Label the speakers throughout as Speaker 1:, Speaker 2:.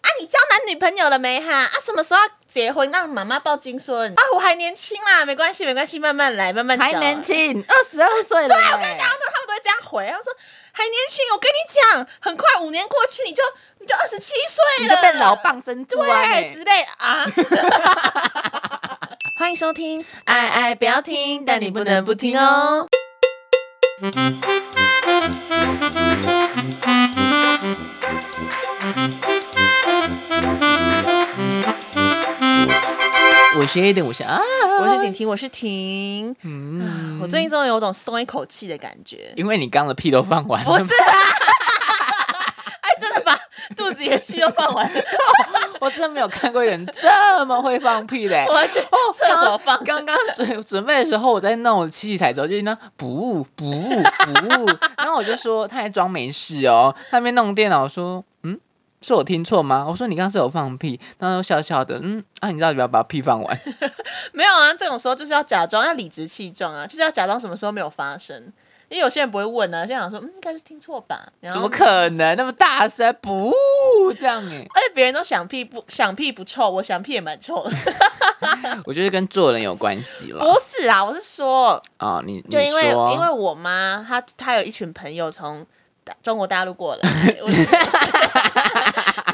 Speaker 1: 啊，你交男女朋友了没哈？啊，什么时候要结婚？让妈妈抱金孙。啊，我还年轻啦，没关系，没关系，慢慢来，慢慢交
Speaker 2: 还年。轻，二十二岁了、
Speaker 1: 对，我跟你讲，他，们他们都会这样回，他们说还年轻。我跟你讲，很快五年过去，你就你就二十七岁
Speaker 2: 你
Speaker 1: 了，
Speaker 2: 就变老棒珍珠啊
Speaker 1: 对
Speaker 2: 你
Speaker 1: 之类的 啊。欢迎收听，爱爱不要听，但你不能不听哦。
Speaker 3: 我是 Aiden，我是啊，
Speaker 1: 我是婷婷，我是婷。
Speaker 3: 嗯，
Speaker 1: 我最近终于有种松一口气的感觉，
Speaker 3: 因为你刚的屁都放完了，
Speaker 1: 不是 啦，哎，真的把肚子里的气都放完 了，
Speaker 3: 我真的没有看过有人这么会放屁的、欸
Speaker 1: 我要去厕所放。
Speaker 3: 刚刚准准备的时候，我在弄我的器材的时候，就听到不不不， 然后我就说他还装没事哦，他在那边弄电脑说，嗯，是我听错吗？我说你刚刚是有放屁，然后笑笑的，嗯啊，你到底要不要把屁放完？
Speaker 1: 没有啊，这种时候就是要假装，要理直气壮啊，就是要假装什么时候没有发生。因为有些人不会问啊，就想说，嗯，应该是听错吧？然
Speaker 3: 怎
Speaker 1: 后
Speaker 3: 么可能那么大声？不这样哎、
Speaker 1: 而且别人都想屁不想屁不臭，我想屁也蛮 臭的。
Speaker 3: 我觉得跟做人有关系了
Speaker 1: 不是啊，我是说，
Speaker 3: 啊、你
Speaker 1: 就因为
Speaker 3: 你说
Speaker 1: 因为我妈她她有一群朋友从大中国大陆过来，我 所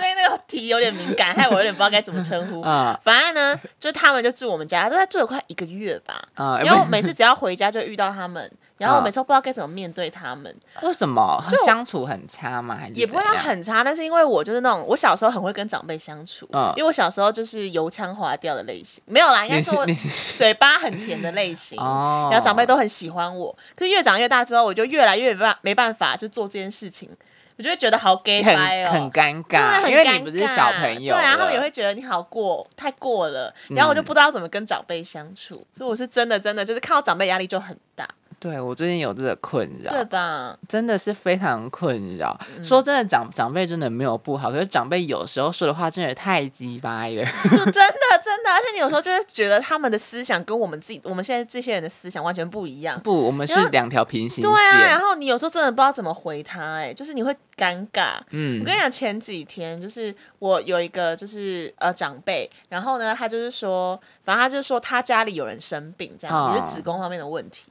Speaker 1: 以那个题有点敏感，害我有点不知道该怎么称呼。
Speaker 3: 啊
Speaker 1: 反正呢，就他们就住我们家，都在住了快一个月吧。
Speaker 3: 啊，
Speaker 1: 然后我每次只要回家就遇到他 们，然后
Speaker 3: 嗯
Speaker 1: 我每次都不知道该怎么面对他们。
Speaker 3: 为什么
Speaker 1: 就
Speaker 3: 相处很差吗？还是
Speaker 1: 也不会到
Speaker 3: 怎样
Speaker 1: 很差，但是因为我就是那种，我小时候很会跟长辈相处，
Speaker 3: 嗯
Speaker 1: 因为我小时候就是油腔滑调的类型，没有啦，应该
Speaker 3: 你
Speaker 1: 说我
Speaker 3: 你
Speaker 1: 嘴巴很甜的类型，
Speaker 3: 哦
Speaker 1: 然后长辈都很喜欢我。可是越长越大之后，我就越来越没办没办法就做这件事情，我就会觉得好 gay
Speaker 3: 很
Speaker 1: 掰哦，
Speaker 3: 很尴
Speaker 1: 对啊
Speaker 3: 尬，
Speaker 1: 很
Speaker 3: 因为你
Speaker 1: 尴
Speaker 3: 不是小
Speaker 1: 尬
Speaker 3: 朋友了，
Speaker 1: 对啊，他们也会觉得你好过太过了，然后我就不知道怎么跟长辈相处，所以我是真的真的就是看到长辈压力就很大，
Speaker 3: 对我最近有这个困
Speaker 1: 对嗯
Speaker 3: 扰，
Speaker 1: 吧？
Speaker 3: 真的是非常困扰。说真的，长长辈真的没有不好，可是长辈有时候说的话真的太鸡掰了。
Speaker 1: 就真的真的，而 且你有时候就会觉得他们的思想跟我们自己，我们现在这些人的思想完全不一样。
Speaker 3: 不，我们是
Speaker 1: 然后
Speaker 3: 两条平行
Speaker 1: 对啊，然
Speaker 3: 线。
Speaker 1: 后你有时候真的不知道怎么回他、哎，就是你会尴尬。我
Speaker 3: 嗯
Speaker 1: 跟你讲，前几天就是我有一个就是呃长辈，然后呢，他就是说，反正他就说他家里有人生病，这样、
Speaker 3: 哦啊
Speaker 1: 也是子宫方面的问题。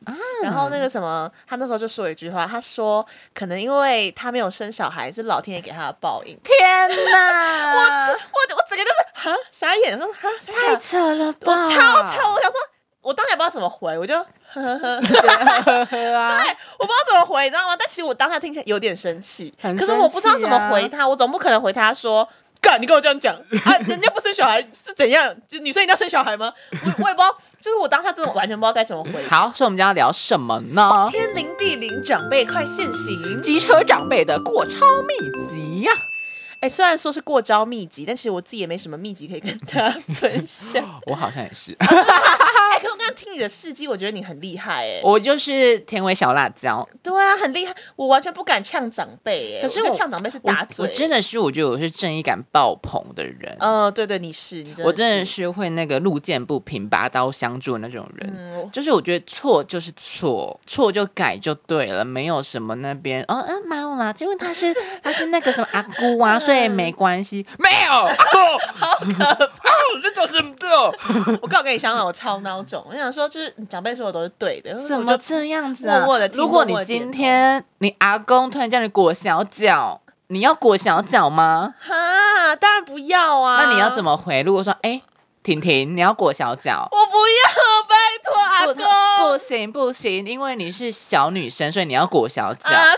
Speaker 1: 然后那个什么，他那时候就说一句话，他说可能因为他没有生小孩，是老天爷给他的报应。
Speaker 2: 天哪，
Speaker 3: 啊
Speaker 1: 我我我整个就是哈傻眼，我说哈傻眼
Speaker 2: 太扯了吧！
Speaker 1: 我超丑，我想说，我当下不知道怎么回，我就
Speaker 3: 对 啊，
Speaker 1: 哎，我不知道怎么回，你知道吗？但其实我当下听起来有点生气，
Speaker 3: 很
Speaker 1: 可是
Speaker 3: 生
Speaker 1: 我不知道怎么
Speaker 3: 气啊
Speaker 1: 回他，我总不可能回他说。干，你跟我这样 讲啊？人家不生小孩是怎样？就女生一定要生小孩吗？我我也不知道，就是我当下真的完全不知道该怎么回。
Speaker 3: 好，所以我们今天要聊什么呢？
Speaker 1: 天灵地灵，长辈快现形！
Speaker 3: 机车长辈的过超密集呀、
Speaker 1: 哎、虽然说是过招秘籍，但其实我自己也没什么秘籍可以跟大家分享。
Speaker 3: 我好像也是，
Speaker 1: 哎、可是我刚刚听你的事迹，我觉得你很厉害哎、
Speaker 3: 我就是甜味小辣椒。
Speaker 1: 对啊，很厉害，我完全不敢呛长辈哎、
Speaker 3: 可是
Speaker 1: 我觉得
Speaker 3: 我
Speaker 1: 呛长辈是
Speaker 3: 我
Speaker 1: 打嘴，
Speaker 3: 我真的是，我觉得我是正义感爆棚哦的人。
Speaker 1: 呃，对对，你是，你真的
Speaker 3: 我真的
Speaker 1: 是，
Speaker 3: 是会那个路见不平拔刀相助的那种人，
Speaker 1: 嗯，我
Speaker 3: 就是我觉得错就是错，错就改就对了，没有什么那边哦嗯没有啦，因为他是他是那个什么阿姑 啊，所以没关系，没有阿姑， 好 可怕，哦这就是对，哦
Speaker 1: 我刚好跟你相反，我超孬种，我想说就是你长辈说的都是对的，
Speaker 3: 怎
Speaker 1: 我
Speaker 3: 么
Speaker 1: 就
Speaker 3: 这样子啊
Speaker 1: 默默地？听
Speaker 3: 如果你
Speaker 1: 默默地点
Speaker 3: 今天你阿公突然叫你裹小脚，你要裹小脚吗？
Speaker 1: 哈？当然不要啊！
Speaker 3: 那你要怎
Speaker 1: 么？
Speaker 3: 么回？如果说哎，婷婷你要裹小脚，
Speaker 1: 我不要，拜托阿
Speaker 3: 不
Speaker 1: 公，
Speaker 3: 不行不行，因为你是小女生，所以你要裹小脚。
Speaker 1: 啊阿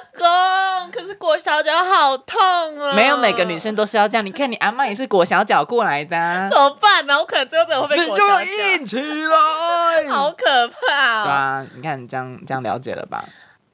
Speaker 1: 公，可是裹小脚好痛啊！
Speaker 3: 没有每个女生都是要这样，你看你阿妈也是裹小脚过来的啊、
Speaker 1: 怎么办呢？我可能最后真的会被裹小脚，
Speaker 3: 起来
Speaker 1: 好可怕哦！
Speaker 3: 对啊，你看你这样这样了解了吧？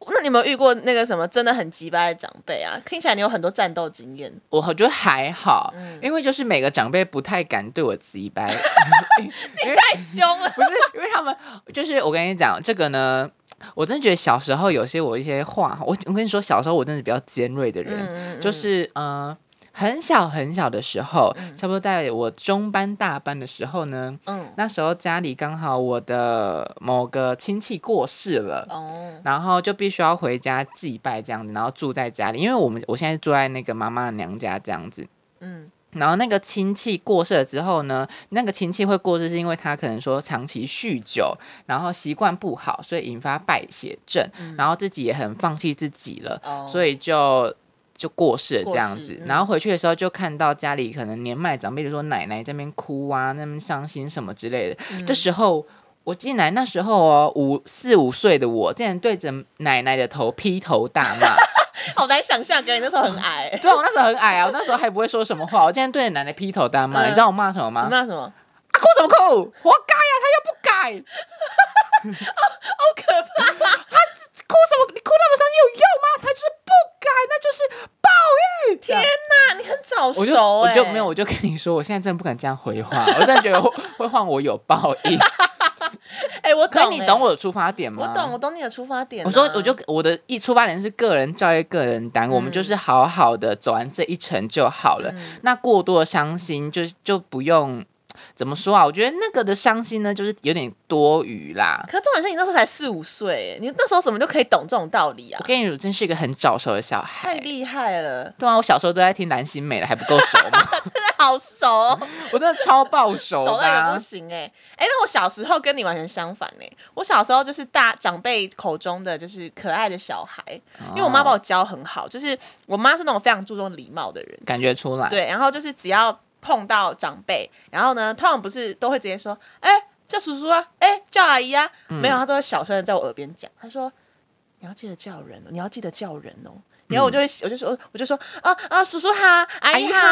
Speaker 1: 那你有没有遇过那个什么真的很鸡掰的长辈啊？听起来你有很多战斗经验，
Speaker 3: 我觉得还好，
Speaker 1: 嗯
Speaker 3: 因为就是每个长辈不太敢对我急掰，因为
Speaker 1: 太凶了。
Speaker 3: 不是因为他们就是我跟你讲这个呢。我真的觉得小时候有些我一些话，我我跟你说，小时候我真的是比较尖锐的人，
Speaker 1: 嗯
Speaker 3: 就是呃，很小很小的时候，差不多在我中班大班的时候呢，
Speaker 1: 嗯
Speaker 3: 那时候家里刚好我的某个亲戚过世了。
Speaker 1: 哦，
Speaker 3: 然后就必须要回家祭拜这样子，然后住在家里，因为我们我现在住在那个妈妈娘家这样子，
Speaker 1: 嗯
Speaker 3: 然后那个亲戚过世了之后呢，那个亲戚会过世是因为他可能说长期酗酒，然后习惯不好，所以引发败血症，然后自己也很放弃自己了，
Speaker 1: 嗯哦
Speaker 3: 所以就就过世了这样
Speaker 1: 过世
Speaker 3: 子。
Speaker 1: 嗯
Speaker 3: 然后回去的时候就看到家里可能年迈长辈，比如说奶奶在那边哭啊，那边伤心什么之类的。
Speaker 1: 嗯
Speaker 3: 这时候我进来那时候哦，五四五岁的我竟然对着奶奶的头劈头大骂。
Speaker 1: 好难想象，感觉那时候很矮。
Speaker 3: 对，我那时候很矮啊，我那时候还不会说什么话，我竟然对着奶奶劈头大
Speaker 1: 嗯
Speaker 3: 骂。你知道我骂什么吗？
Speaker 1: 你
Speaker 3: 啊
Speaker 1: 骂什么？
Speaker 3: 哭什么哭？活该呀、他啊又不改，
Speaker 1: 好可怕！
Speaker 3: 哭什么？你哭那么伤心有用吗？他就是不改，那就是抱怨。天
Speaker 1: 那你很早
Speaker 3: 我就
Speaker 1: 熟
Speaker 3: 我
Speaker 1: 哎，
Speaker 3: 就没有，我就跟你说，我现在真的不敢这样回话，我真的觉得会会换我有报 应。
Speaker 1: 哎，我
Speaker 3: 可是
Speaker 1: 懂，
Speaker 3: 你
Speaker 1: 哎
Speaker 3: 懂我，的出发点吗？
Speaker 1: 我懂，我。懂你的出发点啊。
Speaker 3: 我说，我就我的一出发点是个人教育、个人单，我们就是
Speaker 1: 嗯
Speaker 3: 好好的走完这一程就好了。那过多的伤心就就不用怎么说啊？我觉得那个的伤心呢，就是有点多余啦。
Speaker 1: 可重点是你那时候才四五岁，哎你那时候怎么就可以懂这种道理啊
Speaker 3: 我？跟你说，真是一个很早熟的小
Speaker 1: 太
Speaker 3: 孩。
Speaker 1: 厉害 了，
Speaker 3: 对啊，我小时候都在听蓝心湄了，还不够熟吗？
Speaker 1: 真的好熟哦，
Speaker 3: 我真的超爆熟
Speaker 1: 熟到
Speaker 3: 的
Speaker 1: 也
Speaker 3: 啊、
Speaker 1: 不行哎、哎、那我小时候跟你完全相反哎、我小时候就是大长辈口中的就是可爱的小孩，因为我
Speaker 3: 哦
Speaker 1: 妈把我教很好，就是我妈是那种非常注重礼貌的人，
Speaker 3: 感觉出来。
Speaker 1: 对，然后就是只要碰到长辈，然后呢，通常不是都会直接说，哎、叫叔叔啊，哎、叫阿姨啊，没有，她都会小声的在我耳边讲，她说，你要记得叫人哦，你要记得叫人哦。然后我就会，我就说，我就说，啊啊，叔叔好，阿姨
Speaker 2: 姨
Speaker 1: 好。
Speaker 2: 好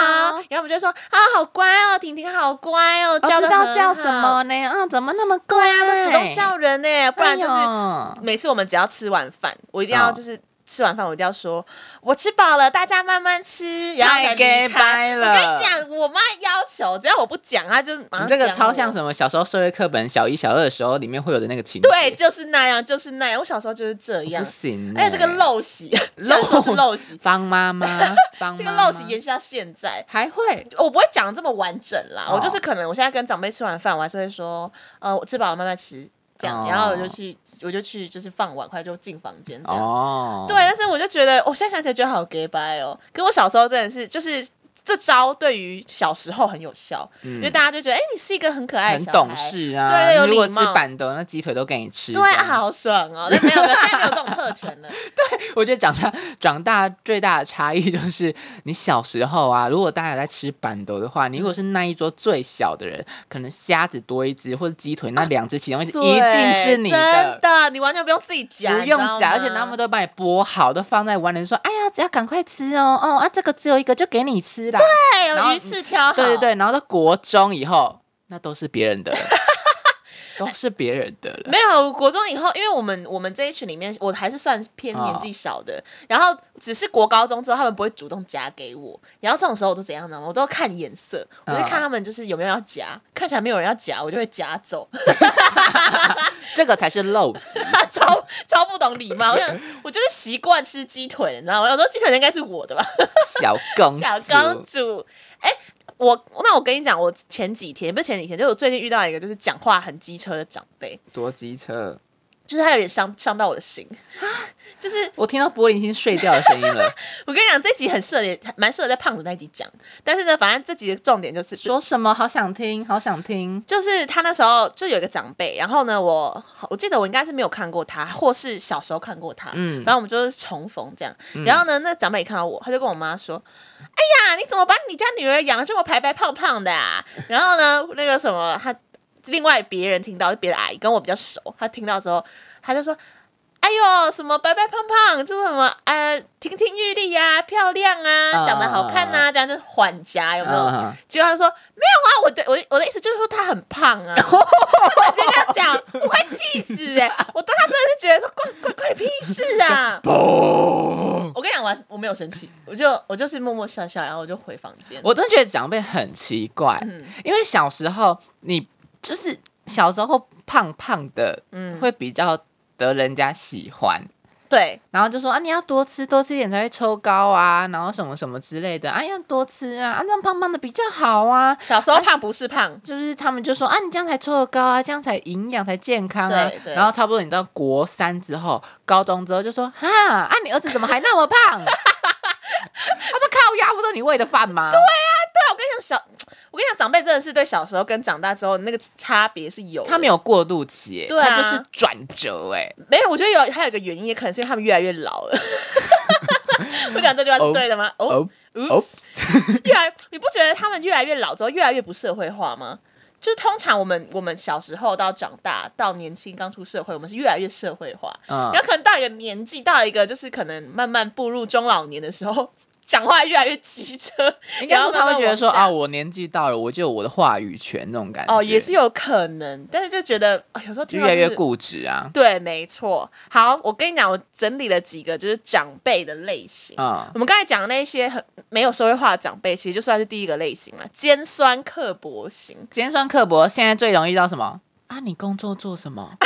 Speaker 1: 然后我们就说，啊，好乖哦，婷婷好乖哦，
Speaker 2: 我
Speaker 1: 叫
Speaker 2: 知
Speaker 1: 得
Speaker 2: 道
Speaker 1: 很
Speaker 2: 叫什
Speaker 1: 好
Speaker 2: 么，呢？
Speaker 3: 嗯
Speaker 2: 啊，怎么那么乖
Speaker 1: 他
Speaker 2: 啊？
Speaker 1: 都主动叫人呢、不然就是
Speaker 3: 哎呦
Speaker 1: 每次我们只要吃完饭，我一定要
Speaker 3: 哦
Speaker 1: 就是吃完饭，我一定要说我吃饱了，大家慢慢吃，然后才
Speaker 3: 给
Speaker 1: 离开。
Speaker 3: 掰
Speaker 1: 我跟
Speaker 3: 了
Speaker 1: 你。讲，我妈要求，只要我不讲，她就马上
Speaker 3: 你这个超像
Speaker 1: 么？
Speaker 3: 什么？小时候社会课本小一、小二的时候里面会有的那个情节，
Speaker 1: 对，就是那样，就是那样。我小时候就是这样
Speaker 3: 不，行、欸。
Speaker 1: 而且这个陋 习，虽然说是陋习，
Speaker 3: 方妈妈，方
Speaker 1: 这个
Speaker 3: 妈妈
Speaker 1: 陋习延续到现在。
Speaker 3: 嗯还会
Speaker 1: 我不会讲得这么完整啦，
Speaker 3: 哦
Speaker 1: 我就是可能我现在跟长辈吃完饭，我还是会说，呃，我吃饱了慢慢吃这样，
Speaker 3: 哦
Speaker 1: 然后我就去，我就去就是放碗筷就进房间这样。
Speaker 3: 哦，
Speaker 1: 对，，但是我就觉得，我、现在想起来觉得好 gay 白哦。可我小时候真的是，就是这招对于小时候很有效，因为大家就觉得，哎、你是一个很可爱的
Speaker 3: 嗯很
Speaker 1: 小孩，
Speaker 3: 懂事啊。
Speaker 1: 对有
Speaker 3: 如果
Speaker 1: 礼
Speaker 3: 吃
Speaker 1: 貌
Speaker 3: 板豆，那鸡腿都给你吃。
Speaker 1: 对
Speaker 3: 这
Speaker 1: 啊，
Speaker 3: 样，
Speaker 1: 好爽哦。但没有，没有，现在没有这种特权了。
Speaker 3: 我觉得长大长大最大的差异就是，你小时候啊，如果大家在吃板豆的话，你如果是那一桌最小的人，可能虾子多一只，或者鸡腿那两只其中 一只，一定是你
Speaker 1: 真的，你完全不用自己讲，
Speaker 3: 不用
Speaker 1: 你知道
Speaker 3: 夹，而
Speaker 1: 吗
Speaker 3: 且他们都帮你剥好，都放在碗里说：“哎呀，只要赶快吃哦，哦啊，这个只有一个，就给你吃啦。
Speaker 1: 对
Speaker 3: 然后
Speaker 1: 有哎鱼翅挑好，
Speaker 3: 对对对，然后到国中以后，那都是别人 的了，都是别人的了。
Speaker 1: 没有，国中以后，因为我们我们这一群里面，我还是算偏年纪小的。然后只是国高中之后，他们不会主动夹给我。然后这种时候我都怎样呢？我都看颜色，我就看他们就是有没有要夹。看起来没有人要夹，我就会夹走。
Speaker 3: 这个才是陋习。
Speaker 1: 超超不懂礼貌，我想我就是习惯吃鸡腿了，你知道吗？我说鸡腿应该是我的吧，
Speaker 3: 小公
Speaker 1: 小
Speaker 3: 主
Speaker 1: 公主。哎、我那我跟你讲，我前几天不是前几天，就是我最近遇到一个就是讲话很机车的长辈，
Speaker 3: 多机车，
Speaker 1: 就是他有点伤伤到我的心，就是
Speaker 3: 我听到柏林已经睡掉的声音了。
Speaker 1: 我跟你讲，这集很适合也，蛮适合在胖子那一集讲。但是呢，反正这集的重点就是
Speaker 3: 说什么？好想听，好想听。
Speaker 1: 就是他那时候就有一个长辈，然后呢，我我记得我应该是没有看过他，或是小时候看过他，嗯，
Speaker 3: 嗯
Speaker 1: 然后我们就是重逢这样，然后呢，那长辈一看到我，他就跟我妈说：“哎呀，你怎么把你家女儿养的这么白白胖胖的啊？”然后呢，那个什么，他另外别人听到，别的阿姨跟我比较熟，他听到之后，他就说。哎呦，什么白白胖胖，就是什么呃，亭亭玉立呀、漂亮啊，
Speaker 3: 啊
Speaker 1: 长得好看呐、这样就缓夹有没有？
Speaker 3: 嗯，
Speaker 1: 结果他说没有啊，我的我的我的意思就是说他很胖啊，我直接这样讲，我快气死哎、我当他真的是觉得说关关关你屁事啊！我跟你讲，我还是我没有生气，我就我就是默默笑笑，然后我就回房间。
Speaker 3: 我真的觉得长辈很奇怪，
Speaker 1: 嗯
Speaker 3: 因为小时候你就是小时候胖胖的，
Speaker 1: 嗯
Speaker 3: 会比较得人家喜欢。
Speaker 1: 对，
Speaker 3: 然后就说啊，你要多吃，多吃一点才会抽高啊，然后什么什么之类的，啊，要多吃啊，啊，那样胖胖的比较好啊。
Speaker 1: 小时候胖不是胖，
Speaker 3: 就是他们就说啊，你这样才抽得高啊，这样才营养才健康啊
Speaker 1: 对。对
Speaker 3: 然后差不多你到国三之后，高中之后就说哈，啊，你儿子怎么还那么胖？他说靠鸭不都你喂的饭吗？对，
Speaker 1: 对啊，我跟你样小，我跟你讲，长辈真的是对小时候跟长大之后那个差别是有的。
Speaker 3: 他没有过渡期、欸，
Speaker 1: 对啊
Speaker 3: 他就是转折、欸，
Speaker 1: 没有，我觉得有还有一个原因，也可能是因为他们越来越老了。我讲这句话是对的吗？哦，
Speaker 3: 哦哦，
Speaker 1: 越来你不觉得他们越来越老之后越来越不社会化吗？就是通常我们我们小时候到长大到年轻刚出社会，我们是越来越社会化，
Speaker 3: 嗯
Speaker 1: 然，后可能到一个年纪，到了一个就是可能慢慢步入中老年的时候，讲话越来越急车，
Speaker 3: 应该说他会觉得说
Speaker 1: 然
Speaker 3: 啊，
Speaker 1: 后
Speaker 3: 我年纪到了，我就有我的话语权那种感觉，
Speaker 1: 哦也是有可能，但是就觉得、啊有时候
Speaker 3: 就
Speaker 1: 听到
Speaker 3: 越来越
Speaker 1: 就是
Speaker 3: 固执啊，
Speaker 1: 对，没错。好，我跟你讲，我整理了几个就是长辈的类型。
Speaker 3: 嗯，
Speaker 1: 我们刚才讲的那些很没有社会化的长辈，其实就算是第一个类型了，尖酸刻薄型。
Speaker 3: 尖酸刻薄，现在最容易遇到什么？啊，你工作做什么？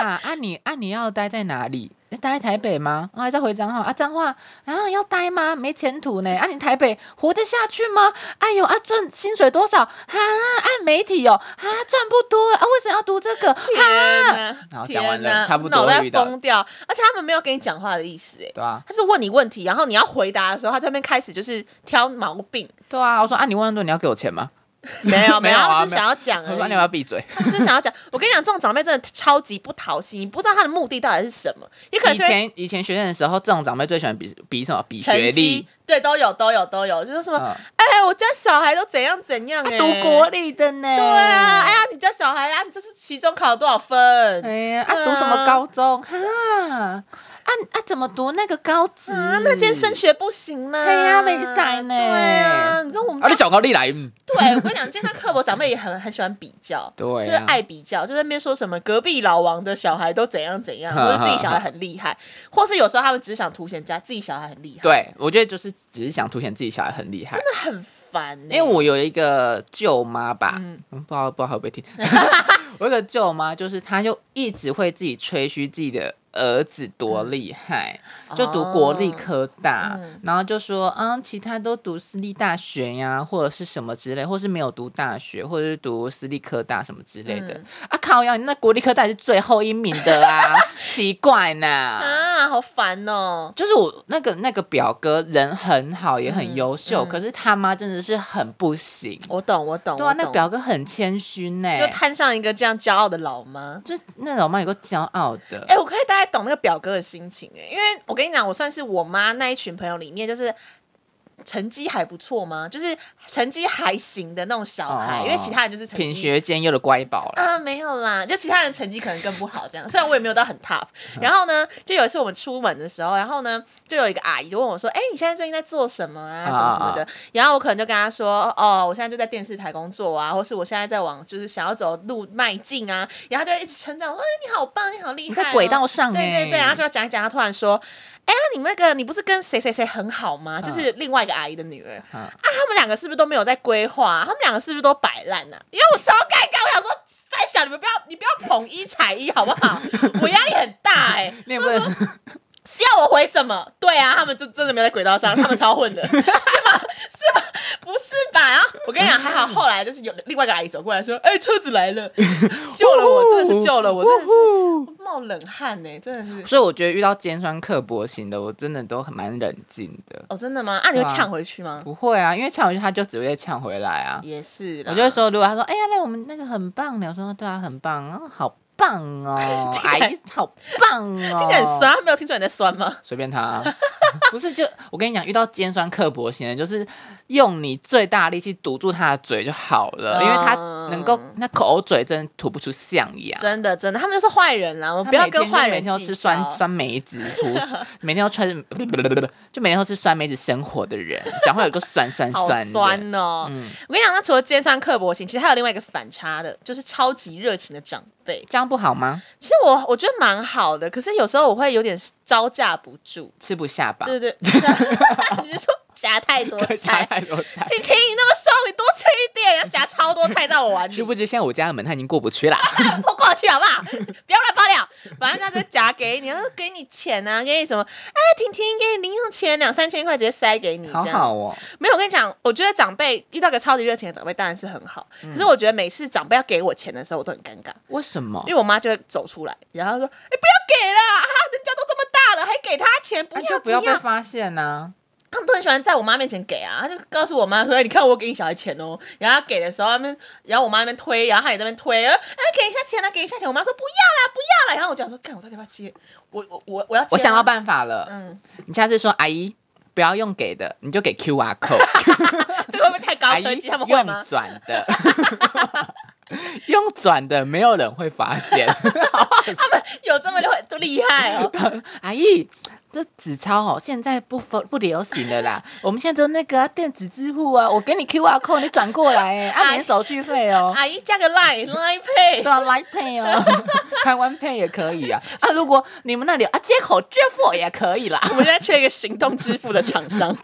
Speaker 3: 啊啊你啊你要待在哪里？待在台北吗？啊，还在回彰化啊？彰化啊要待吗？没前途呢？啊你台北活得下去吗？哎呦啊赚薪水多少？啊按媒体哦啊赚不多啊为什么要读这个？
Speaker 1: 天哪！
Speaker 3: 好讲完了
Speaker 1: 啊天哪
Speaker 3: 差不多
Speaker 1: 脑袋
Speaker 3: 会遇到
Speaker 1: 疯掉，而且他们没有跟你讲话的意思，哎，
Speaker 3: 对啊
Speaker 1: 他是问你问题，然后你要回答的时候，他这边开始就是挑毛病，
Speaker 3: 对啊，我说啊你问问多你要给我钱吗？
Speaker 1: 没有
Speaker 3: 没
Speaker 1: 没
Speaker 3: 有
Speaker 1: 有，
Speaker 3: 啊
Speaker 1: 他们只是
Speaker 3: 没有
Speaker 1: 想要讲
Speaker 3: 我
Speaker 1: 而
Speaker 3: 说、啊、你
Speaker 1: 已
Speaker 3: 要不。要闭嘴？
Speaker 1: 就是想要讲，我跟你讲，这种长辈真的超级不讨喜，你不知道他的目的到底是什么。 你可能
Speaker 3: 以
Speaker 1: 是会
Speaker 3: 前以前学生的时候，这种长辈最喜欢比比什么？比
Speaker 1: 成
Speaker 3: 学
Speaker 1: 绩
Speaker 3: 历。
Speaker 1: 对，都有都有都有，就是什么，
Speaker 3: 嗯
Speaker 1: 哎、我家小孩都怎样怎样、哎，
Speaker 3: 立的呢？
Speaker 1: 对啊，哎呀，你家小孩啊，你这次期中考了多少分？
Speaker 3: 哎呀，啊，
Speaker 1: 对啊
Speaker 3: 读什么高中？哈，啊啊，怎么读那个高职？
Speaker 1: 啊，那间升学不行啦！
Speaker 3: 哎呀没赛呢
Speaker 1: 对啊，你跟我们
Speaker 3: 啊，你小高丽来，嗯，
Speaker 1: 对我跟你讲，健康刻薄长辈也很很喜欢比较，
Speaker 3: 对啊
Speaker 1: 就是爱比较，就在那边说什么隔壁老王的小孩都怎样怎样，或者自己小孩很厉害，或是有时候他们只是想凸显家自己小孩很厉害，，
Speaker 3: 对我觉得就是只是想凸显自己小孩很厉害。
Speaker 1: 那很烦欸、
Speaker 3: 因为我有一个舅妈吧，嗯
Speaker 1: 嗯，
Speaker 3: 不知道不知道会不 会听。我有个舅妈，就是她就一直会自己吹嘘自己的儿子多厉害，就读国立科大，
Speaker 1: 哦嗯
Speaker 3: 然后就说，嗯，其他都读私立大学呀，或者是什么之类，或是没有读大学，或者是读私立科大什么之类的。
Speaker 1: 嗯
Speaker 3: 啊靠呀，你那国立科大是最后一名的啊， 奇怪 呐。
Speaker 1: 啊，好烦哦、
Speaker 3: 就是我那个那个表哥人很好，也很
Speaker 1: 嗯
Speaker 3: 优秀，
Speaker 1: 嗯
Speaker 3: 可是他妈真的是很不行。
Speaker 1: 我懂，我懂，
Speaker 3: 对
Speaker 1: 哦
Speaker 3: 啊
Speaker 1: 我，懂
Speaker 3: 那个表哥很谦虚呢，
Speaker 1: 就摊上一个这样骄傲的老妈。
Speaker 3: 就那种妈有个骄傲的，
Speaker 1: 哎、我可以大概懂那个表哥的心情哎、因为我跟你讲，我算是我妈那一群朋友里面，就是成绩还不错嘛，就是成绩还行的那种小孩，
Speaker 3: 哦
Speaker 1: 因为其他人就是成
Speaker 3: 品
Speaker 1: 绩。
Speaker 3: 学兼优的乖宝了。
Speaker 1: 啊、没有啦，就其他人成绩可能更不好，这样。虽然我也没有到很 tough，然
Speaker 3: 嗯
Speaker 1: 后呢，就有一次我们出门的时候，然后呢，就有一个阿姨就问我说：“哎、你现在最近在做什么啊？
Speaker 3: 啊
Speaker 1: 怎么什么的？”然后我可能就跟她说：“哦，我现在就在电视台工作啊，或是我现在在往就是想要走路迈进啊。”然后她就一直称赞我说：“哎、你好棒，你好厉
Speaker 3: 你
Speaker 1: 害、哦！”
Speaker 3: 在轨道上
Speaker 1: 对
Speaker 3: 哎，
Speaker 1: 对对，然后就讲一讲，他突然说：“哎呀，你们那个你不是跟谁谁谁很好吗？就是另外一个阿姨的女儿
Speaker 3: 嗯
Speaker 1: 啊，他们两个是不是都没有在规划啊？他们两个是不是都摆烂呢？啊因为我超尴尬，我想说，在想你们不要你不要捧一踩一好不好？我压力很大哎、
Speaker 3: 你也不能
Speaker 1: 是要我回什么？对啊，他们就真的没有在轨道上，他们超混的，是吗？是吗？不是吧？然后我跟你讲，还好后来就是有另外一个阿姨走过来说：“哎、车子来了，救了我，真的是救了我，真的
Speaker 3: 是。
Speaker 1: 是冒冷汗呢、真的是。”
Speaker 3: 所以我觉得遇到尖酸刻薄型的，我真的都很蛮冷静的。
Speaker 1: 哦，真的吗？啊，你会
Speaker 3: 对啊
Speaker 1: 呛回去吗？
Speaker 3: 不会啊，因为呛回去他就只会再呛回来啊。
Speaker 1: 也是啦，
Speaker 3: 我就会说，如果他说，哎呀，那我们那个很棒的，我说对啊，很棒，啊，好棒哦，
Speaker 1: 听起
Speaker 3: 阿
Speaker 1: 来
Speaker 3: 姨好棒哦，
Speaker 1: 听起来很酸，他没有听出来你在酸吗？
Speaker 3: 随便他、啊 不是就我跟你讲，遇到尖酸刻薄型的，就是用你最大力气堵住他的嘴就好了，
Speaker 1: 嗯
Speaker 3: 因为他能够那口嘴真的吐不出象牙。
Speaker 1: 真的，真的，他们就是坏人啦，我们不要
Speaker 3: 啊他每天
Speaker 1: 跟
Speaker 3: 就
Speaker 1: 坏
Speaker 3: 每
Speaker 1: 人
Speaker 3: 天都
Speaker 1: 计
Speaker 3: 吃
Speaker 1: 较
Speaker 3: 酸酸梅子出， 每天都穿 不不不不不就每天都吃酸梅子生活的人，讲话有个酸酸
Speaker 1: 好
Speaker 3: 酸的。嗯
Speaker 1: 酸哦！我跟你讲，那除了尖酸刻薄型，其实还有另外一个反差的，就是超级热情的长辈。
Speaker 3: 这样不好吗？
Speaker 1: 其实我我觉得蛮好的，可是有时候我会有点招架不住。
Speaker 3: 吃不下吧？
Speaker 1: 对对， 对你是说夹太多
Speaker 3: 对，加
Speaker 1: 菜？
Speaker 3: 太多 菜。
Speaker 1: 婷婷，你那么瘦，你多吃一点，要夹超多菜到我碗里。
Speaker 3: 殊不知现在我家的门他已经过不去啦。
Speaker 1: 泼过去好不 好？不要乱爆料，反正他就夹给你，然后给你钱啊，给你什么？哎，婷婷给你零用钱两三千块，直接塞给你，
Speaker 3: 好
Speaker 1: 这样。
Speaker 3: 好哦，
Speaker 1: 没有，我跟你讲，我觉得长辈遇到个超级热情的长辈当然是很好，可是我觉得每次长辈要给我钱的时候，我都很尴尬，
Speaker 3: 为什么
Speaker 1: 因？为我妈就会走出来，然后说：“哎，不要给了啊，人家都这么大了，还给他钱，不
Speaker 3: 那
Speaker 1: 要
Speaker 3: 就不要被发现呐、啊
Speaker 1: 他们都很喜欢在我妈面前给啊，他就告诉我妈说：“哎你看我给你小孩钱哦。”然后他给的时候，他们，然后我妈那边推，然后他也在那边推，呃，哎，给一下钱啊，给一下钱。我妈说：“不要啦，不要啦。”然后我就想说：“看我到底要不要接？我我我我要接。”
Speaker 3: 我想到，办法了，
Speaker 1: 嗯，
Speaker 3: 你下次说阿姨不要用给的，你就给 Q R code，
Speaker 1: 这个会不会太高
Speaker 3: 阿
Speaker 1: 科
Speaker 3: 姨
Speaker 1: 技？他们会
Speaker 3: 用
Speaker 1: 吗？
Speaker 3: 转的， 用转的没有人会 发现。
Speaker 1: 有这么就会都厉害哦。
Speaker 3: 阿姨，这纸钞哦，现在不风不流行了啦。我们现在都那个啊、电子支付啊，我给你 Q R code，你转过来，哎，
Speaker 1: 阿
Speaker 3: 按
Speaker 1: 姨
Speaker 3: 免手续费哦。
Speaker 1: 阿姨加个 line line pay，
Speaker 3: 对啊，Line Pay 哦， 台湾 Pay 也可以啊。啊，如果你们那里有啊接口支付也可以啦。
Speaker 1: 我们现在缺一个行动支付的厂 商。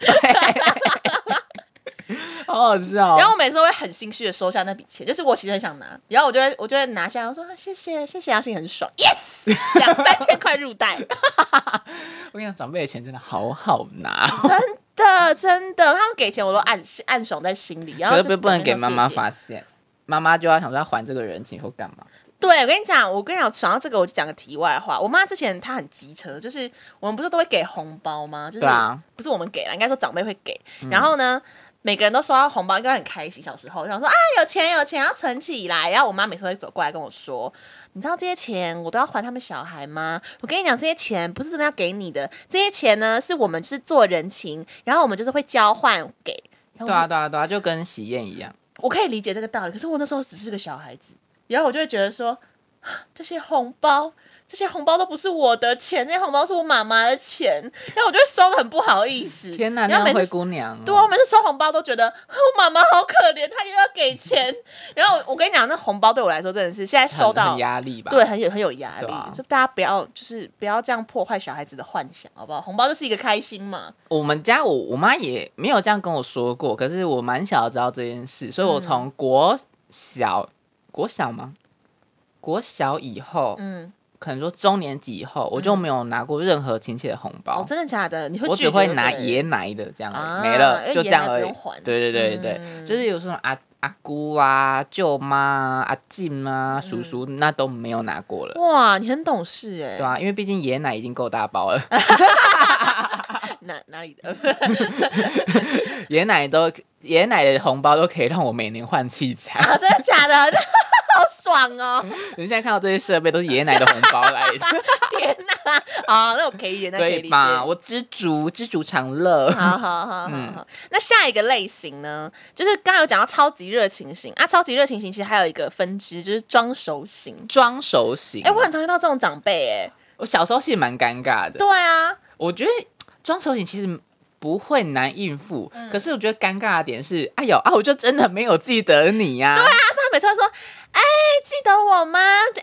Speaker 3: 好好笑、
Speaker 1: 然
Speaker 3: 哦。
Speaker 1: 后我每次都会很心虚的收下那笔钱，就是我其实很想拿，然后我就会我就会拿下，我说啊谢谢谢谢，阿信很爽，yes，两三千块入袋，
Speaker 3: 我跟你讲，长辈的钱真的好好拿，哦
Speaker 1: 真的真的，他们给钱我都暗暗爽在心里，然后
Speaker 3: 可是
Speaker 1: 就
Speaker 3: 不不能给妈妈
Speaker 1: 谢谢。
Speaker 3: 发现，妈妈就要想说要还这个人情或干嘛。
Speaker 1: 对，我跟你讲，我跟你讲，想到这个我就讲个题外话，我妈之前她很机车，就是我们不是都会给红包吗？就是
Speaker 3: 对啊，嗯
Speaker 1: 不是我们给了，应该说长辈会给，然后呢。每个人都收到红包，应该会很开心。小时候，然后说啊，有钱有钱，要存起来。然后我妈每次都会走过来跟我说：“你知道这些钱我都要还他们小孩吗？我跟你讲，这些钱不是真的要给你的，这些钱呢是我们就是做人情，然后我们就是会交换给。”然后我
Speaker 3: 对啊，对啊，对啊，就跟喜宴一样。
Speaker 1: 我可以理解这个道理，可是我那时候只是个小孩子，然后我就会觉得说， 啊这些红包，这些红包都不是我的钱，这些红包是我妈妈的钱，然后我就会收的很不好意思。
Speaker 3: 天哪，你
Speaker 1: 然后
Speaker 3: 要
Speaker 1: 每
Speaker 3: 灰
Speaker 1: 次。
Speaker 3: 姑娘、哦。
Speaker 1: 对啊，我每次收红包都觉得啊 我妈妈好可怜，她又要给钱。然后我我跟你讲，那红包对我来说真的是现在
Speaker 3: 很
Speaker 1: 收到
Speaker 3: 很，压力吧？
Speaker 1: 对，很有很有压力。
Speaker 3: 对啊
Speaker 1: 就大家不要就是不要这样破坏小孩子的幻想，好不好？红包就是一个开心嘛。
Speaker 3: 我们家我我妈也没有这样跟我说过，可是我蛮小知道这件事，所以我从国小、国小吗？国小以后，
Speaker 1: 嗯，
Speaker 3: 可能说中年级以后，我就没有拿过任何亲嗯戚的红包，
Speaker 1: 哦，真的假的？你会
Speaker 3: 我
Speaker 1: 拒
Speaker 3: 只会
Speaker 1: 绝
Speaker 3: 拿
Speaker 1: 对不对
Speaker 3: 爷奶的这样而已、
Speaker 1: 啊
Speaker 3: 没
Speaker 1: 因
Speaker 3: 了，
Speaker 1: 为
Speaker 3: 就这样
Speaker 1: 爷奶
Speaker 3: 而已
Speaker 1: 不用还。
Speaker 3: 对对对对，
Speaker 1: 嗯
Speaker 3: 就是有什么阿阿姑啊、舅妈啊、阿静啊、叔
Speaker 1: 嗯
Speaker 3: 叔、那都没有拿过了。
Speaker 1: 哇，你很懂事哎、
Speaker 3: 对啊，因为毕竟爷奶已经够大包了，
Speaker 1: 哪哪里的？ 嗯
Speaker 3: 爷奶都爷奶的红包都可以让我每年换器材。
Speaker 1: 啊，真的假的？ 好爽哦！
Speaker 3: 你现在看到这些设备都是爷爷奶的红包来的，
Speaker 1: 天哪！啊，那我可以演， 那可以
Speaker 3: 对
Speaker 1: 理解。
Speaker 3: 吧？
Speaker 1: 好
Speaker 3: 我知足，知足常乐。
Speaker 1: 好好好好
Speaker 3: 嗯
Speaker 1: 好，那下一个类型呢，就是刚刚有讲到超级热情型啊，超级热情型其实还有一个分支，就是装熟型。
Speaker 3: 装熟型，
Speaker 1: 哎、我很常遇到这种长辈、哎，
Speaker 3: 我小时候其实蛮尴尬的。
Speaker 1: 对啊，
Speaker 3: 我觉得装熟型其实不会难应付，
Speaker 1: 嗯
Speaker 3: 可是我觉得尴尬的点是，哎呦啊，我就真的没有记得你 呀、对啊，
Speaker 1: 他每次会说，哎、记得我吗？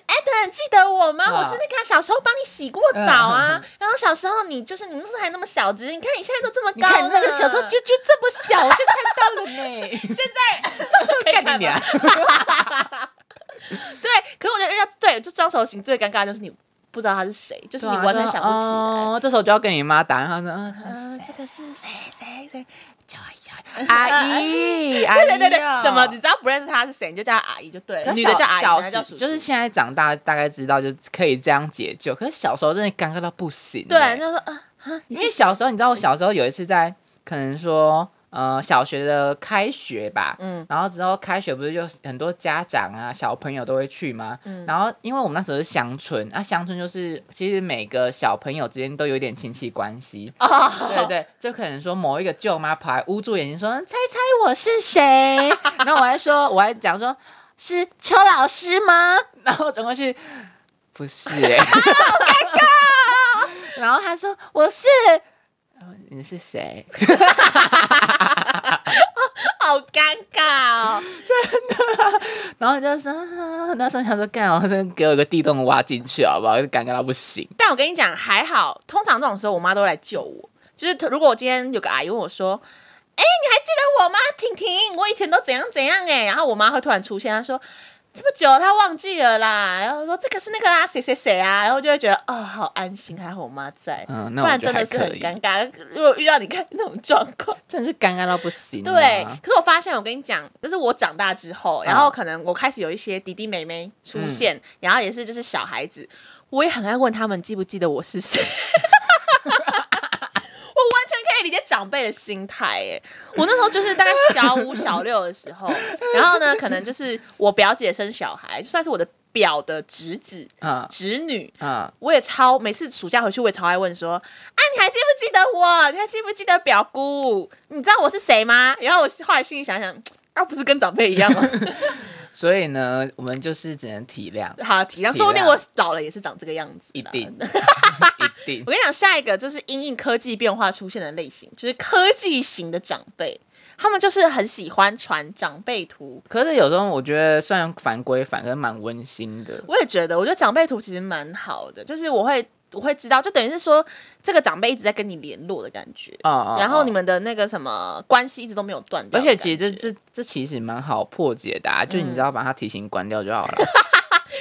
Speaker 1: 哎，等记得我吗？
Speaker 3: 啊
Speaker 1: 我是那个啊小时候帮你洗过澡
Speaker 3: 嗯
Speaker 1: 啊，然后小时候你就是你那时候还那么小只，你看你现在都这么
Speaker 3: 你
Speaker 1: 高
Speaker 3: 看那个
Speaker 1: 了
Speaker 3: 小时候就就这么小，我就看到了呢。
Speaker 1: 可以
Speaker 3: 干
Speaker 1: 看
Speaker 3: 你
Speaker 1: 吗
Speaker 3: 娘！
Speaker 1: 对，可是我觉得要对，就装熟型最尴尬的就是你不知道他是谁，啊就是你完全想不起来。
Speaker 3: 啊哦，这时候就要跟你妈打电话说，啊她
Speaker 1: 嗯，这个是谁谁谁？
Speaker 3: 阿姨，阿姨
Speaker 1: 对对
Speaker 3: 哦，
Speaker 1: 对对，什么？你只要不认识他是谁，你就叫他阿姨就对了。
Speaker 3: 可是
Speaker 1: 女的
Speaker 3: 小
Speaker 1: 叫阿姨，
Speaker 3: 小
Speaker 1: 男的叫叔叔。
Speaker 3: 就是现在长大大概知道就可以这样解救，可是小时候真的尴尬到不行、欸
Speaker 1: 对，，就说啊，
Speaker 3: 因为小时候你知道，我小时候有一次在可能说呃小学的开学吧，
Speaker 1: 嗯
Speaker 3: 然后之后开学不是就很多家长啊小朋友都会去吗？
Speaker 1: 嗯
Speaker 3: 然后因为我们那时候是乡村，那、乡村就是其实每个小朋友之间都有点亲戚关系，
Speaker 1: 哦，
Speaker 3: 对对，就可能说某一个舅妈跑来捂住眼睛说：“嗯猜猜我是谁？” 然后我还说，我还讲说是邱老师吗？ 然后转过去不是、 欸，
Speaker 1: 啊
Speaker 3: 好尴
Speaker 1: 哦
Speaker 3: 尬、 然后他说我是，然后你是谁？
Speaker 1: 好尴尬哦。
Speaker 3: 然后我就说、啊那时候想说干，我真的给我个地洞挖进去好不好？就尴尬到不行。
Speaker 1: 但我跟你讲，还好，通常这种时候我妈都会来救我。就是如果我今天有个阿姨问我说：“哎、你还记得我吗？婷婷，我以前都怎样怎样哎、然后我妈会突然出现，她说：“这么久了她忘记了啦。”然后说：“这个是那个啊，谁谁谁啊。”然后就会觉得哦，好安心，还好我妈在。
Speaker 3: 嗯，那
Speaker 1: 不
Speaker 3: 我
Speaker 1: 然
Speaker 3: 觉
Speaker 1: 真
Speaker 3: 得还
Speaker 1: 的是
Speaker 3: 可
Speaker 1: 很
Speaker 3: 以，
Speaker 1: 尴尬，如果遇到你看那种状况，
Speaker 3: 真的是尴尬到不行、啊。
Speaker 1: 对。可是我发现，我跟你讲，就是我长大之后，然后可能我开始有一些弟弟妹妹出现，然后也是就是小孩子，我也很爱问他们记不记得我是谁。我完全可以理解长辈的心态哎。我那时候就是大概小五小六的时候，然后呢，可能就是我表姐生小孩，就算是我的表的侄子
Speaker 3: 啊
Speaker 1: 侄女。
Speaker 3: 啊，
Speaker 1: 我也超每次暑假回去，我也超爱问说啊，你还记不记得我？你还记不记得表姑？你知道我是谁吗？然后我后来心里想想，啊，不是跟长辈一样吗？
Speaker 3: 所以呢，我们就是只能体谅，
Speaker 1: 好，体谅，
Speaker 3: 体谅
Speaker 1: 说不定我老了也是长这个样子。
Speaker 3: 一 定，一定
Speaker 1: 我。跟你讲，下一个就是因应科技变化出现的类型，就是科技型的长辈，他们就是很喜欢传长辈图。
Speaker 3: 可是有时候我觉得，虽然反规反，可是蛮温馨的。
Speaker 1: 我也觉得，我觉得长辈图其实蛮好的，就是我会我会知道，就等于是说这个长辈一直在跟你联络的感觉，
Speaker 3: 哦哦
Speaker 1: 然后
Speaker 3: 哦
Speaker 1: 你们的那个什么关系一直都没有断掉
Speaker 3: 而
Speaker 1: 的感觉。嗯
Speaker 3: 且其实这这这其实蛮好破解的、啊，就你只要把它提醒关掉 就好了。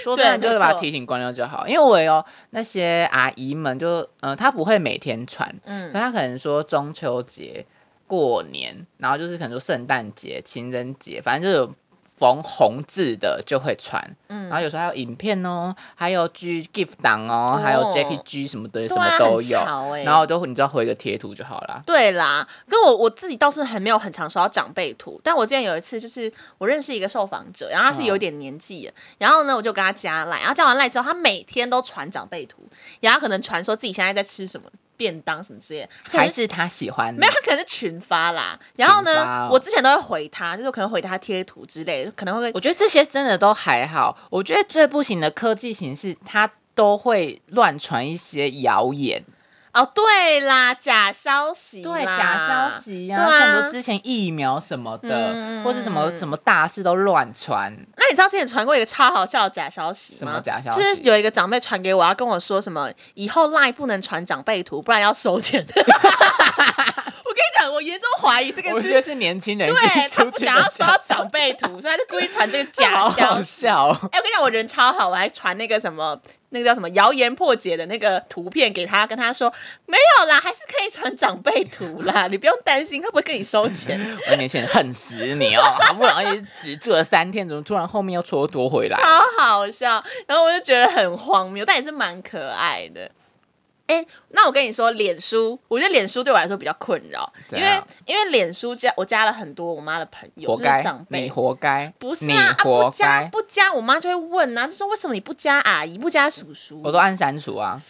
Speaker 3: 说真的，
Speaker 1: 对
Speaker 3: 就是把
Speaker 1: 没
Speaker 3: 它
Speaker 1: 错
Speaker 3: 提醒关掉就好。因为我有那些阿姨们就，呃，她不会每天传，可
Speaker 1: 嗯，
Speaker 3: 她可能说中秋节、过年，然后就是可能说圣诞节、情人节，反正就是有逢红字的就会传。
Speaker 1: 嗯
Speaker 3: 然后有时候还有影片哦，还有 G GIF 档哦，还有
Speaker 1: 哦
Speaker 3: JPG 什么的，什
Speaker 1: 对啊
Speaker 3: 么都有。
Speaker 1: 很潮欸
Speaker 3: 然后就你只要回个贴图就好啦。
Speaker 1: 对啦，跟我我自己倒是很没有很常收到长辈图，但我之前有一次就是我认识一个受访者，然后他
Speaker 3: 嗯
Speaker 1: 是有点年纪了，然后呢我就跟他加赖，然后加完赖之后，他每天都传长辈图，然后可能传说自己现在在吃什么便当什么之类的，他可能
Speaker 3: 还是他喜欢你
Speaker 1: 没有，他可能是群发啦。然后
Speaker 3: 群
Speaker 1: 呢，
Speaker 3: 发哦
Speaker 1: 我之前都会回他，就是我可能回他贴图之类的，可能会
Speaker 3: 我觉得这些真的都还好。我觉得最不行的科技型是它都会乱传一些谣言，
Speaker 1: 哦对啦，假消息啦，
Speaker 3: 假消息呀、
Speaker 1: 对啊
Speaker 3: 像很多之前疫苗什么的，
Speaker 1: 嗯
Speaker 3: 或是什么什么大事都乱传。
Speaker 1: 那你知道之前传过一个超好笑的假消息吗？
Speaker 3: 什么假消息
Speaker 1: 就是有一个长辈传给我，要跟我说什么以后 line 不能传长辈图，不然要收钱。 我跟你讲，我严重怀疑这
Speaker 3: 我
Speaker 1: 个
Speaker 3: 觉
Speaker 1: 是
Speaker 3: 得是年轻人
Speaker 1: 对他
Speaker 3: 出
Speaker 1: 不
Speaker 3: 去
Speaker 1: 想要收 到
Speaker 3: 的
Speaker 1: 长辈图，所以他就故意传这个
Speaker 3: 假
Speaker 1: 假
Speaker 3: 好 好
Speaker 1: 消息。
Speaker 3: 笑哦。
Speaker 1: 哎、我跟你讲，我人超好，我还传那个什么，那个叫什么“谣言破解”的那个图片给他，跟他说没有啦，还是可以传长辈图啦，你不用担心，他不会跟你收钱，
Speaker 3: 我年轻人恨死你哦！好不容易只住了三天，怎么突然后面又蹉跎回来？
Speaker 1: 超好笑。然后我就觉得很荒谬，但也是蛮可爱的。哎、那我跟你说，脸书，我觉得脸书对我来说比较困扰，因
Speaker 3: 怎
Speaker 1: 为
Speaker 3: 样
Speaker 1: 因为脸书加我加了很多我妈的朋友，
Speaker 3: 啊活
Speaker 1: 就是
Speaker 3: 该
Speaker 1: 长，辈
Speaker 3: 你。活该，
Speaker 1: 不是
Speaker 3: 你
Speaker 1: 啊，啊不
Speaker 3: 活
Speaker 1: 加
Speaker 3: 该，
Speaker 1: 不加，我妈就会问啊，就说为什么你不加阿姨，不加叔叔，
Speaker 3: 我都按删除啊！